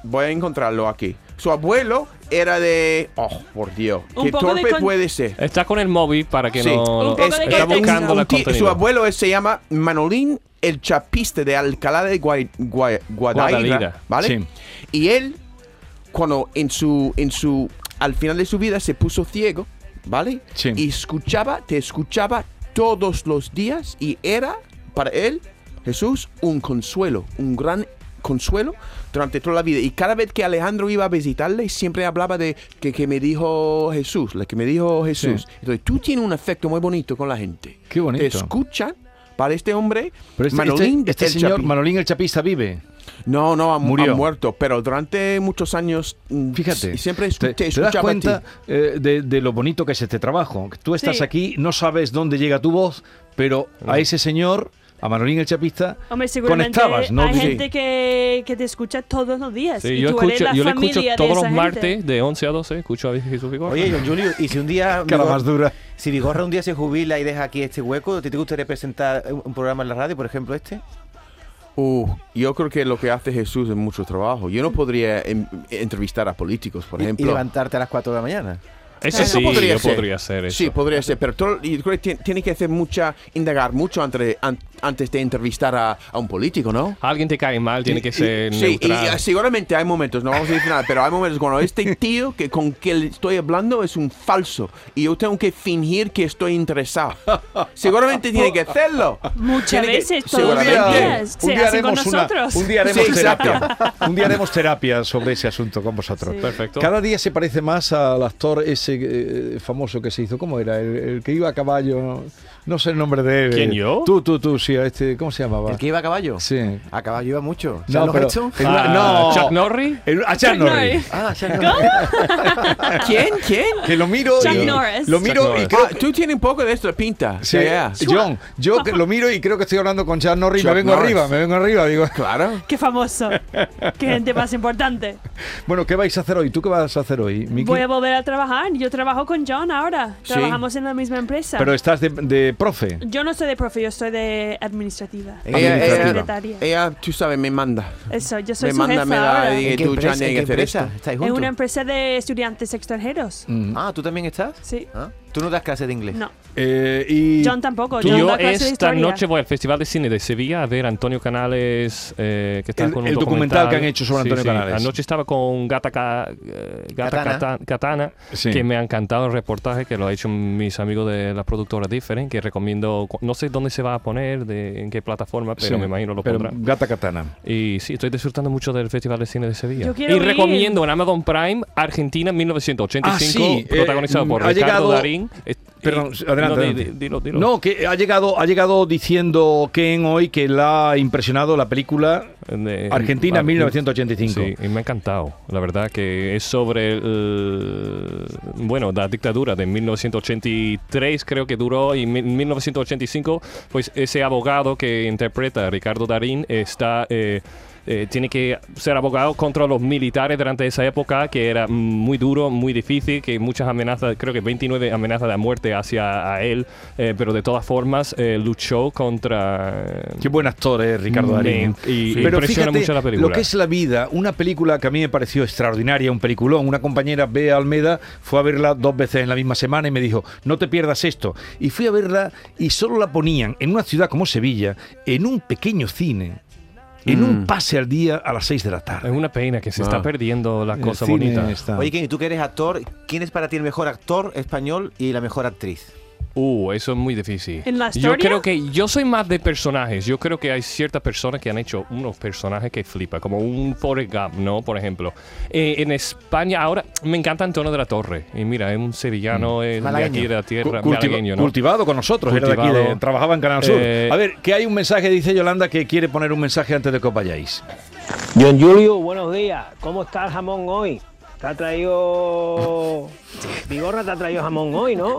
[SPEAKER 3] voy a encontrarlo aquí. Su abuelo era de... Oh, por Dios.
[SPEAKER 5] Un
[SPEAKER 3] Qué
[SPEAKER 5] poco de
[SPEAKER 3] torpe
[SPEAKER 5] con-
[SPEAKER 3] puede ser.
[SPEAKER 4] Está con el móvil para que
[SPEAKER 3] Sí.
[SPEAKER 4] no.
[SPEAKER 5] Un
[SPEAKER 4] no-
[SPEAKER 5] poco de
[SPEAKER 4] está
[SPEAKER 5] contexto.
[SPEAKER 4] buscando
[SPEAKER 3] un
[SPEAKER 4] la
[SPEAKER 3] tío-
[SPEAKER 4] contenido.
[SPEAKER 3] su abuelo es- se llama Manolín el Chapiste de Alcalá de Guay- Guay- Guadaira,
[SPEAKER 4] Guadalira.
[SPEAKER 3] ¿vale?
[SPEAKER 2] Sí.
[SPEAKER 3] Y él, cuando en su, en su, al final de su vida se puso ciego, ¿vale?
[SPEAKER 2] Sí.
[SPEAKER 3] Y escuchaba, te escuchaba todos los días y era para él, Jesús, un consuelo, un gran consuelo durante toda la vida y cada vez que Alejandro iba a visitarle siempre hablaba de que, que me dijo Jesús, la que me dijo Jesús. Entonces tú tienes un afecto muy bonito con la gente.
[SPEAKER 2] Qué bonito.
[SPEAKER 3] Te escuchan para este hombre,
[SPEAKER 2] Pero este,
[SPEAKER 3] Manolín
[SPEAKER 2] este- este
[SPEAKER 3] el
[SPEAKER 2] señor,
[SPEAKER 3] Chapín.
[SPEAKER 2] Manolín el Chapista, vive.
[SPEAKER 3] No, no, ha, mu-
[SPEAKER 2] Murió.
[SPEAKER 3] ha muerto, pero durante muchos años mm,
[SPEAKER 2] Fíjate.
[SPEAKER 3] s- siempre escu-
[SPEAKER 2] te,
[SPEAKER 3] te
[SPEAKER 2] te das
[SPEAKER 3] escuchaba a ti.
[SPEAKER 2] cuenta eh, de, de lo bonito que es este trabajo. Tú estás
[SPEAKER 5] Sí.
[SPEAKER 2] aquí, no sabes dónde llega tu voz, pero a ese señor, a Manolín el Chapista,
[SPEAKER 5] Hombre, seguramente
[SPEAKER 2] conectabas. ¿no?
[SPEAKER 5] hay
[SPEAKER 2] Sí.
[SPEAKER 5] gente que, que te escucha todos los días.
[SPEAKER 4] Sí,
[SPEAKER 5] y
[SPEAKER 4] yo
[SPEAKER 5] tú eres
[SPEAKER 4] escucho,
[SPEAKER 5] la
[SPEAKER 4] yo le
[SPEAKER 5] familia
[SPEAKER 4] escucho
[SPEAKER 5] de
[SPEAKER 4] todos
[SPEAKER 5] esa
[SPEAKER 4] los
[SPEAKER 5] gente.
[SPEAKER 4] martes de 11 a 12. Escucho a Jesús Vigor.
[SPEAKER 6] Oye, John Julio, y si un día.
[SPEAKER 2] Que la más dura.
[SPEAKER 6] Si Vigorra un día se jubila y deja aquí este hueco, ¿a ti ¿te gustaría presentar un un programa en la radio, por ejemplo, este?
[SPEAKER 3] Uh, yo creo que lo que hace Jesús es mucho trabajo. Yo no podría em, entrevistar a políticos, por
[SPEAKER 6] Y-
[SPEAKER 3] ejemplo.
[SPEAKER 6] Y levantarte a las 4 de la mañana.
[SPEAKER 4] eso sí, yo podría hacer eso.
[SPEAKER 3] Sí, podría ser, pero todo- yo creo que ti- tiene que hacer mucha, indagar mucho antes, an- antes de entrevistar a, a un político, ¿no?
[SPEAKER 4] Alguien te cae mal, tiene que ser
[SPEAKER 3] Sí, y,
[SPEAKER 4] neutral.
[SPEAKER 3] eh, seguramente hay momentos, no vamos a decir nada, pero hay momentos cuando este tío que con que le estoy hablando es un falso y yo tengo que fingir que estoy interesado. Seguramente tiene que hacerlo.
[SPEAKER 5] Muchas
[SPEAKER 3] Tiene que-
[SPEAKER 5] veces, todos los
[SPEAKER 3] seguramente.
[SPEAKER 5] días. Se hace con
[SPEAKER 2] una-
[SPEAKER 5] nosotros.
[SPEAKER 2] un día haremos
[SPEAKER 3] Sí, exacto.
[SPEAKER 2] terapia. Un día haremos terapia sobre ese asunto con vosotros.
[SPEAKER 5] Sí.
[SPEAKER 4] Perfecto.
[SPEAKER 2] Cada día se parece más al actor ese eh, famoso que se hizo. ¿Cómo era? El, el que iba a caballo. No, No sé el nombre de él.
[SPEAKER 4] ¿Quién, yo?
[SPEAKER 2] Tú, tú, tú, sí. a Este, ¿Cómo se llamaba?
[SPEAKER 6] ¿El que iba a caballo?
[SPEAKER 2] Sí.
[SPEAKER 6] A caballo iba mucho.
[SPEAKER 2] No,
[SPEAKER 6] ¿Sabes
[SPEAKER 2] pero-
[SPEAKER 6] los hechos?
[SPEAKER 2] el-
[SPEAKER 4] Ah,
[SPEAKER 2] no.
[SPEAKER 4] Chuck Norris.
[SPEAKER 2] El- a Chuck
[SPEAKER 5] Chuck
[SPEAKER 2] Norris.
[SPEAKER 5] Norris.
[SPEAKER 6] Ah, ya no.
[SPEAKER 3] ¿Quién? ¿Quién?
[SPEAKER 2] Que lo miro
[SPEAKER 5] Chuck
[SPEAKER 2] y,
[SPEAKER 5] Norris.
[SPEAKER 2] Lo miro
[SPEAKER 4] Chuck
[SPEAKER 2] y
[SPEAKER 4] Norris.
[SPEAKER 2] creo
[SPEAKER 3] Ah, tú tienes un poco de esto de pinta.
[SPEAKER 2] Sí,
[SPEAKER 3] Ya, ya.
[SPEAKER 2] John, yo que lo miro y creo que estoy hablando con Chuck Norris,
[SPEAKER 3] Chuck
[SPEAKER 2] me vengo
[SPEAKER 3] Norris.
[SPEAKER 2] arriba, me vengo arriba, digo.
[SPEAKER 3] Claro.
[SPEAKER 5] Qué famoso. Qué gente más importante.
[SPEAKER 2] Bueno, ¿qué vais a hacer hoy? ¿Tú qué vas a hacer hoy, Miki?
[SPEAKER 5] Voy a volver a trabajar. Yo trabajo con John ahora.
[SPEAKER 3] Sí.
[SPEAKER 5] Trabajamos en la misma empresa.
[SPEAKER 2] Pero estás de, de profe.
[SPEAKER 5] yo no soy de profe, yo soy de administrativa.
[SPEAKER 2] Eh,
[SPEAKER 3] Ella, ella,
[SPEAKER 5] Secretaria.
[SPEAKER 3] ella, tú sabes, me manda.
[SPEAKER 5] Eso, yo soy
[SPEAKER 3] Me
[SPEAKER 5] su
[SPEAKER 3] manda,
[SPEAKER 5] jefa
[SPEAKER 3] me
[SPEAKER 5] ahora.
[SPEAKER 3] da. Y
[SPEAKER 6] ¿En qué
[SPEAKER 3] tú, ya
[SPEAKER 6] empresa?
[SPEAKER 3] tienes
[SPEAKER 6] ¿En
[SPEAKER 3] que
[SPEAKER 6] qué
[SPEAKER 3] hacer
[SPEAKER 6] empresa?
[SPEAKER 3] esto.
[SPEAKER 6] ¿Estáis
[SPEAKER 5] En una
[SPEAKER 6] juntos?
[SPEAKER 2] Mm.
[SPEAKER 3] Mm.
[SPEAKER 5] empresa de estudiantes extranjeros.
[SPEAKER 6] Ah, ¿tú también estás?
[SPEAKER 5] Sí.
[SPEAKER 6] Ah. Tú no das clase de inglés.
[SPEAKER 5] No.
[SPEAKER 2] Eh, y
[SPEAKER 5] John tampoco.
[SPEAKER 4] Tú
[SPEAKER 5] John
[SPEAKER 4] y yo
[SPEAKER 5] da clase de
[SPEAKER 4] esta
[SPEAKER 5] historia.
[SPEAKER 4] noche voy al Festival de Cine de Sevilla a ver a Antonio Canales, eh, que está
[SPEAKER 2] El-
[SPEAKER 4] con un
[SPEAKER 2] el documental que han hecho sobre
[SPEAKER 4] Sí,
[SPEAKER 2] Antonio
[SPEAKER 4] sí.
[SPEAKER 2] Canales.
[SPEAKER 4] Anoche estaba con Gata, Ca- eh, Gata
[SPEAKER 6] Katana.
[SPEAKER 4] Cata- Katana,
[SPEAKER 2] Sí.
[SPEAKER 4] que me ha encantado el reportaje que lo ha hecho mis amigos de la productora Different, que recomiendo, cu- no sé dónde se va a poner, de- en qué plataforma, pero
[SPEAKER 2] sí,
[SPEAKER 4] me imagino lo
[SPEAKER 2] pero
[SPEAKER 4] pondrán.
[SPEAKER 2] Gata Katana.
[SPEAKER 4] Y sí, estoy disfrutando mucho del Festival de Cine de Sevilla.
[SPEAKER 5] Yo quiero
[SPEAKER 4] y
[SPEAKER 5] ir.
[SPEAKER 4] recomiendo en Amazon Prime Argentina 1985,
[SPEAKER 2] Ah, sí, eh,
[SPEAKER 4] protagonizado por
[SPEAKER 2] ha
[SPEAKER 4] Ricardo
[SPEAKER 2] llegado-
[SPEAKER 4] Darín. Eh,
[SPEAKER 2] Perdón,
[SPEAKER 4] y-
[SPEAKER 2] adelante,
[SPEAKER 4] no, di-
[SPEAKER 2] adelante.
[SPEAKER 4] di- dilo, dilo.
[SPEAKER 2] No, que ha llegado, ha llegado diciendo Ken hoy que la ha impresionado la película
[SPEAKER 4] De-
[SPEAKER 2] Argentina
[SPEAKER 4] Ar-
[SPEAKER 2] 1985.
[SPEAKER 4] eh, Sí, y me ha encantado. La verdad que es sobre el- bueno, la dictadura de 1983 creo que duró y en 1985 pues ese abogado que interpreta a Ricardo Darín está eh, eh, tiene que ser abogado contra los militares durante esa época que era mm, muy duro, muy difícil, que muchas amenazas, creo que 29 amenazas de muerte hacia a él, eh, pero de todas formas eh, luchó contra... eh,
[SPEAKER 2] Qué buen actor es Ricardo
[SPEAKER 4] Mm, Me-
[SPEAKER 2] Darín.
[SPEAKER 4] y-
[SPEAKER 2] Pero
[SPEAKER 4] impresiona
[SPEAKER 2] fíjate
[SPEAKER 4] mucho la película.
[SPEAKER 2] Lo que es la vida, una película que a mí me pareció extraordinaria, un peliculón. Una compañera, Bea Almeda, fue a verla dos veces en la misma semana y me dijo, no te pierdas esto. Y fui a verla y solo la ponían en una ciudad como Sevilla, en un pequeño cine, en
[SPEAKER 4] Mm.
[SPEAKER 2] un pase al día a las seis de la
[SPEAKER 4] Es
[SPEAKER 2] tarde.
[SPEAKER 4] una pena que se está
[SPEAKER 2] Ah.
[SPEAKER 4] perdiendo la
[SPEAKER 2] El
[SPEAKER 4] cosa
[SPEAKER 2] cine
[SPEAKER 4] bonita.
[SPEAKER 2] está-
[SPEAKER 6] Oye, Ken, y tú que eres actor, ¿quién es para ti el mejor actor español y la mejor actriz?
[SPEAKER 4] Uh, eso es muy difícil.
[SPEAKER 5] ¿En la
[SPEAKER 4] yo
[SPEAKER 5] historia?
[SPEAKER 4] creo que yo soy más de personajes. Yo creo que hay ciertas personas que han hecho unos personajes que flipa, como un Forrest Gump, ¿no? Por ejemplo. Eh, en España ahora me encanta Antonio de la Torre. Y mira, es un sevillano eh, de
[SPEAKER 6] Malagueño.
[SPEAKER 4] aquí de la
[SPEAKER 2] Mm. Cu-
[SPEAKER 4] tierra,
[SPEAKER 2] cultiva-
[SPEAKER 4] malagueño, ¿no?
[SPEAKER 2] Cultivado con nosotros, era de aquí,
[SPEAKER 4] Cultivado.
[SPEAKER 2] de- trabajaba en Canal Sur.
[SPEAKER 4] Eh,
[SPEAKER 2] a ver, que hay un mensaje, dice Yolanda, que quiere poner un mensaje antes de que os vayáis.
[SPEAKER 11] John Julio, buenos días. ¿Cómo está el jamón hoy? Te ha traído. Vigorra te ha traído jamón hoy, ¿no?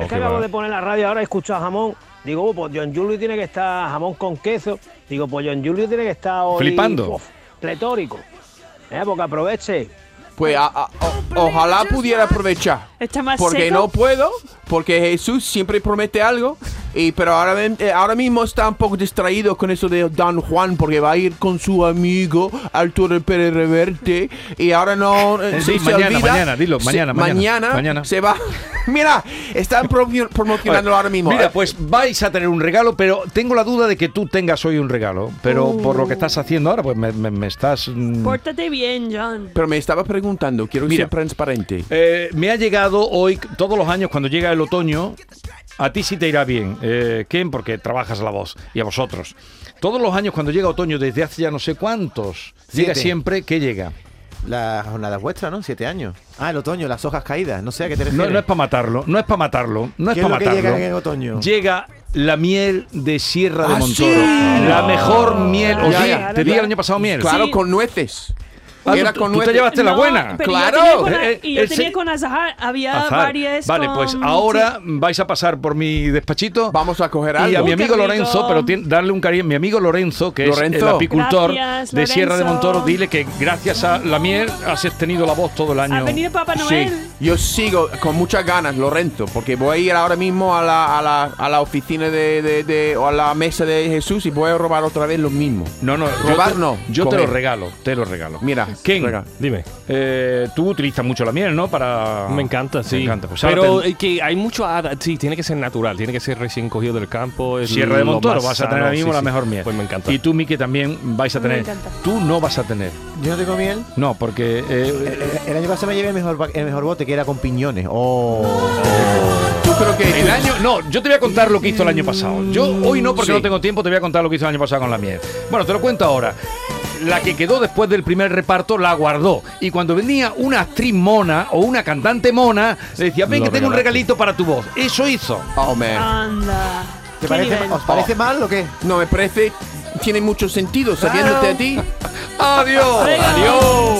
[SPEAKER 11] Es
[SPEAKER 4] Oh, qué
[SPEAKER 11] que acabo
[SPEAKER 4] va.
[SPEAKER 11] de poner la radio ahora, he escuchado jamón. Digo, oh, pues John Julio tiene que estar jamón con queso. Digo, pues John Julio tiene que estar hoy.
[SPEAKER 2] Flipando.
[SPEAKER 11] uf, pletórico. Eh, porque aproveche.
[SPEAKER 3] Pues a- a- o- ojalá pudiera aprovechar.
[SPEAKER 5] Está más
[SPEAKER 3] Porque
[SPEAKER 5] seco.
[SPEAKER 3] no puedo, porque Jesús siempre promete algo. Y pero ahora, ven- eh, ahora mismo está un poco distraído con eso de Don Juan, porque va a ir con su amigo Arturo Pérez Reverte. Y ahora no. eh,
[SPEAKER 2] Sí,
[SPEAKER 3] se- se
[SPEAKER 2] mañana,
[SPEAKER 3] olvida.
[SPEAKER 2] mañana, dilo,
[SPEAKER 3] Se-
[SPEAKER 2] mañana, mañana, mañana.
[SPEAKER 3] se va. Mira, están promo- promocionándolo ahora mismo.
[SPEAKER 2] Mira,
[SPEAKER 3] Eh,
[SPEAKER 2] pues vais a tener un regalo, pero tengo la duda de que tú tengas hoy un regalo. Pero
[SPEAKER 3] Uh.
[SPEAKER 2] por lo que estás haciendo ahora, pues me, me- me estás. mm,
[SPEAKER 5] Pórtate bien, John.
[SPEAKER 3] Pero me estaba preguntando, quiero
[SPEAKER 2] Mira.
[SPEAKER 3] ser transparente.
[SPEAKER 2] Eh, me ha llegado hoy, todos los años, cuando llega el otoño, a ti sí te irá bien, eh, Ken, porque trabajas la voz, y a vosotros. Todos los años, cuando llega otoño, desde hace ya no sé cuántos, llega
[SPEAKER 6] Siete.
[SPEAKER 2] siempre que llega.
[SPEAKER 6] La jornada vuestra, ¿no? Siete años. Ah, el otoño, las hojas caídas. No sé a qué te
[SPEAKER 2] No,
[SPEAKER 6] refieres.
[SPEAKER 2] no es para matarlo, no es para matarlo, no es
[SPEAKER 6] ¿Qué es
[SPEAKER 2] para
[SPEAKER 6] lo que
[SPEAKER 2] matarlo.
[SPEAKER 6] llega en otoño?
[SPEAKER 2] Llega la miel de Sierra de
[SPEAKER 3] ¡Ah,
[SPEAKER 2] Montoro.
[SPEAKER 3] sí!
[SPEAKER 2] La mejor miel. Oye,
[SPEAKER 3] Ya, ya.
[SPEAKER 2] te di el año pasado miel.
[SPEAKER 3] Claro,
[SPEAKER 5] Sí.
[SPEAKER 3] con nueces.
[SPEAKER 2] Ah,
[SPEAKER 3] Era
[SPEAKER 2] tú-
[SPEAKER 3] con
[SPEAKER 2] tú te
[SPEAKER 3] nueces.
[SPEAKER 2] llevaste la
[SPEAKER 5] No,
[SPEAKER 2] buena.
[SPEAKER 5] pero yo
[SPEAKER 3] Claro.
[SPEAKER 5] tenía con a-
[SPEAKER 2] Eh,
[SPEAKER 5] y yo
[SPEAKER 2] eh,
[SPEAKER 5] tenía
[SPEAKER 2] sí.
[SPEAKER 5] con Azahar, había
[SPEAKER 2] Azar.
[SPEAKER 5] varias.
[SPEAKER 2] Vale, pues
[SPEAKER 5] con-
[SPEAKER 2] ahora vais a pasar por mi despachito.
[SPEAKER 3] Vamos a coger algo.
[SPEAKER 2] Y a mi
[SPEAKER 5] Uy, qué
[SPEAKER 2] amigo
[SPEAKER 5] rico.
[SPEAKER 2] Lorenzo, pero tien- darle un cariño. Mi amigo Lorenzo, que es
[SPEAKER 3] Lorenzo.
[SPEAKER 2] el apicultor
[SPEAKER 5] Gracias,
[SPEAKER 2] de Sierra de
[SPEAKER 5] Lorenzo.
[SPEAKER 2] Montoro, dile que gracias a la miel has tenido la voz todo el
[SPEAKER 5] sí.
[SPEAKER 2] año.
[SPEAKER 5] Ha venido Papá
[SPEAKER 2] Sí.
[SPEAKER 5] Noel.
[SPEAKER 3] Yo sigo con muchas ganas, Lorenzo, porque voy a ir ahora mismo a la, a la, a la oficina de, de- de- o a la mesa de Jesús y voy a robar otra vez lo mismo.
[SPEAKER 2] No, no, yo,
[SPEAKER 3] Robar
[SPEAKER 2] te,
[SPEAKER 3] no,
[SPEAKER 2] yo te
[SPEAKER 3] comer.
[SPEAKER 2] lo regalo, te lo regalo.
[SPEAKER 3] Mira,
[SPEAKER 2] Ken,
[SPEAKER 3] venga.
[SPEAKER 4] Dime.
[SPEAKER 2] eh, tú utilizas mucho la miel, ¿no? Para...
[SPEAKER 4] Me encanta, sí.
[SPEAKER 2] Ah, Me encanta. Pues ahora
[SPEAKER 4] Pero
[SPEAKER 2] te-
[SPEAKER 4] eh, que hay mucho. ada- Sí, tiene que ser natural, tiene que ser recién cogido del campo. es
[SPEAKER 2] Sierra de
[SPEAKER 4] lo
[SPEAKER 2] Montoro
[SPEAKER 4] más
[SPEAKER 2] vas a tener
[SPEAKER 4] sano,
[SPEAKER 2] ahora mismo
[SPEAKER 4] sí,
[SPEAKER 2] la
[SPEAKER 4] sí.
[SPEAKER 2] mejor miel.
[SPEAKER 4] Pues me encanta.
[SPEAKER 2] Y tú, Miki, también vais a
[SPEAKER 5] Me
[SPEAKER 2] tener.
[SPEAKER 5] encanta.
[SPEAKER 2] Tú no vas a tener.
[SPEAKER 6] Yo no tengo miel.
[SPEAKER 2] No, porque eh, eh,
[SPEAKER 6] El, el año pasado me llevé el mejor, ba- el mejor bote, que era con piñones. Oh.
[SPEAKER 3] Yo creo que
[SPEAKER 2] El año, no, yo te voy a contar lo que hizo el año pasado. Yo hoy no, porque
[SPEAKER 3] Sí.
[SPEAKER 2] no tengo tiempo, te voy a contar lo que hizo el año pasado con la miel. Bueno, te lo cuento ahora. La que quedó después del primer reparto la guardó. Y cuando venía una actriz mona o una cantante mona, le decía, ven
[SPEAKER 4] Lo
[SPEAKER 2] que tengo un
[SPEAKER 4] regalaste.
[SPEAKER 2] regalito para tu voz. Eso hizo.
[SPEAKER 3] Oh, man.
[SPEAKER 5] Anda.
[SPEAKER 6] ¿Te
[SPEAKER 5] Qué
[SPEAKER 6] parece,
[SPEAKER 5] nivel.
[SPEAKER 6] ¿Os parece mal o qué?
[SPEAKER 3] No, me parece. Tiene mucho sentido, sabiéndote a ti.
[SPEAKER 2] Adiós.
[SPEAKER 5] Adiós.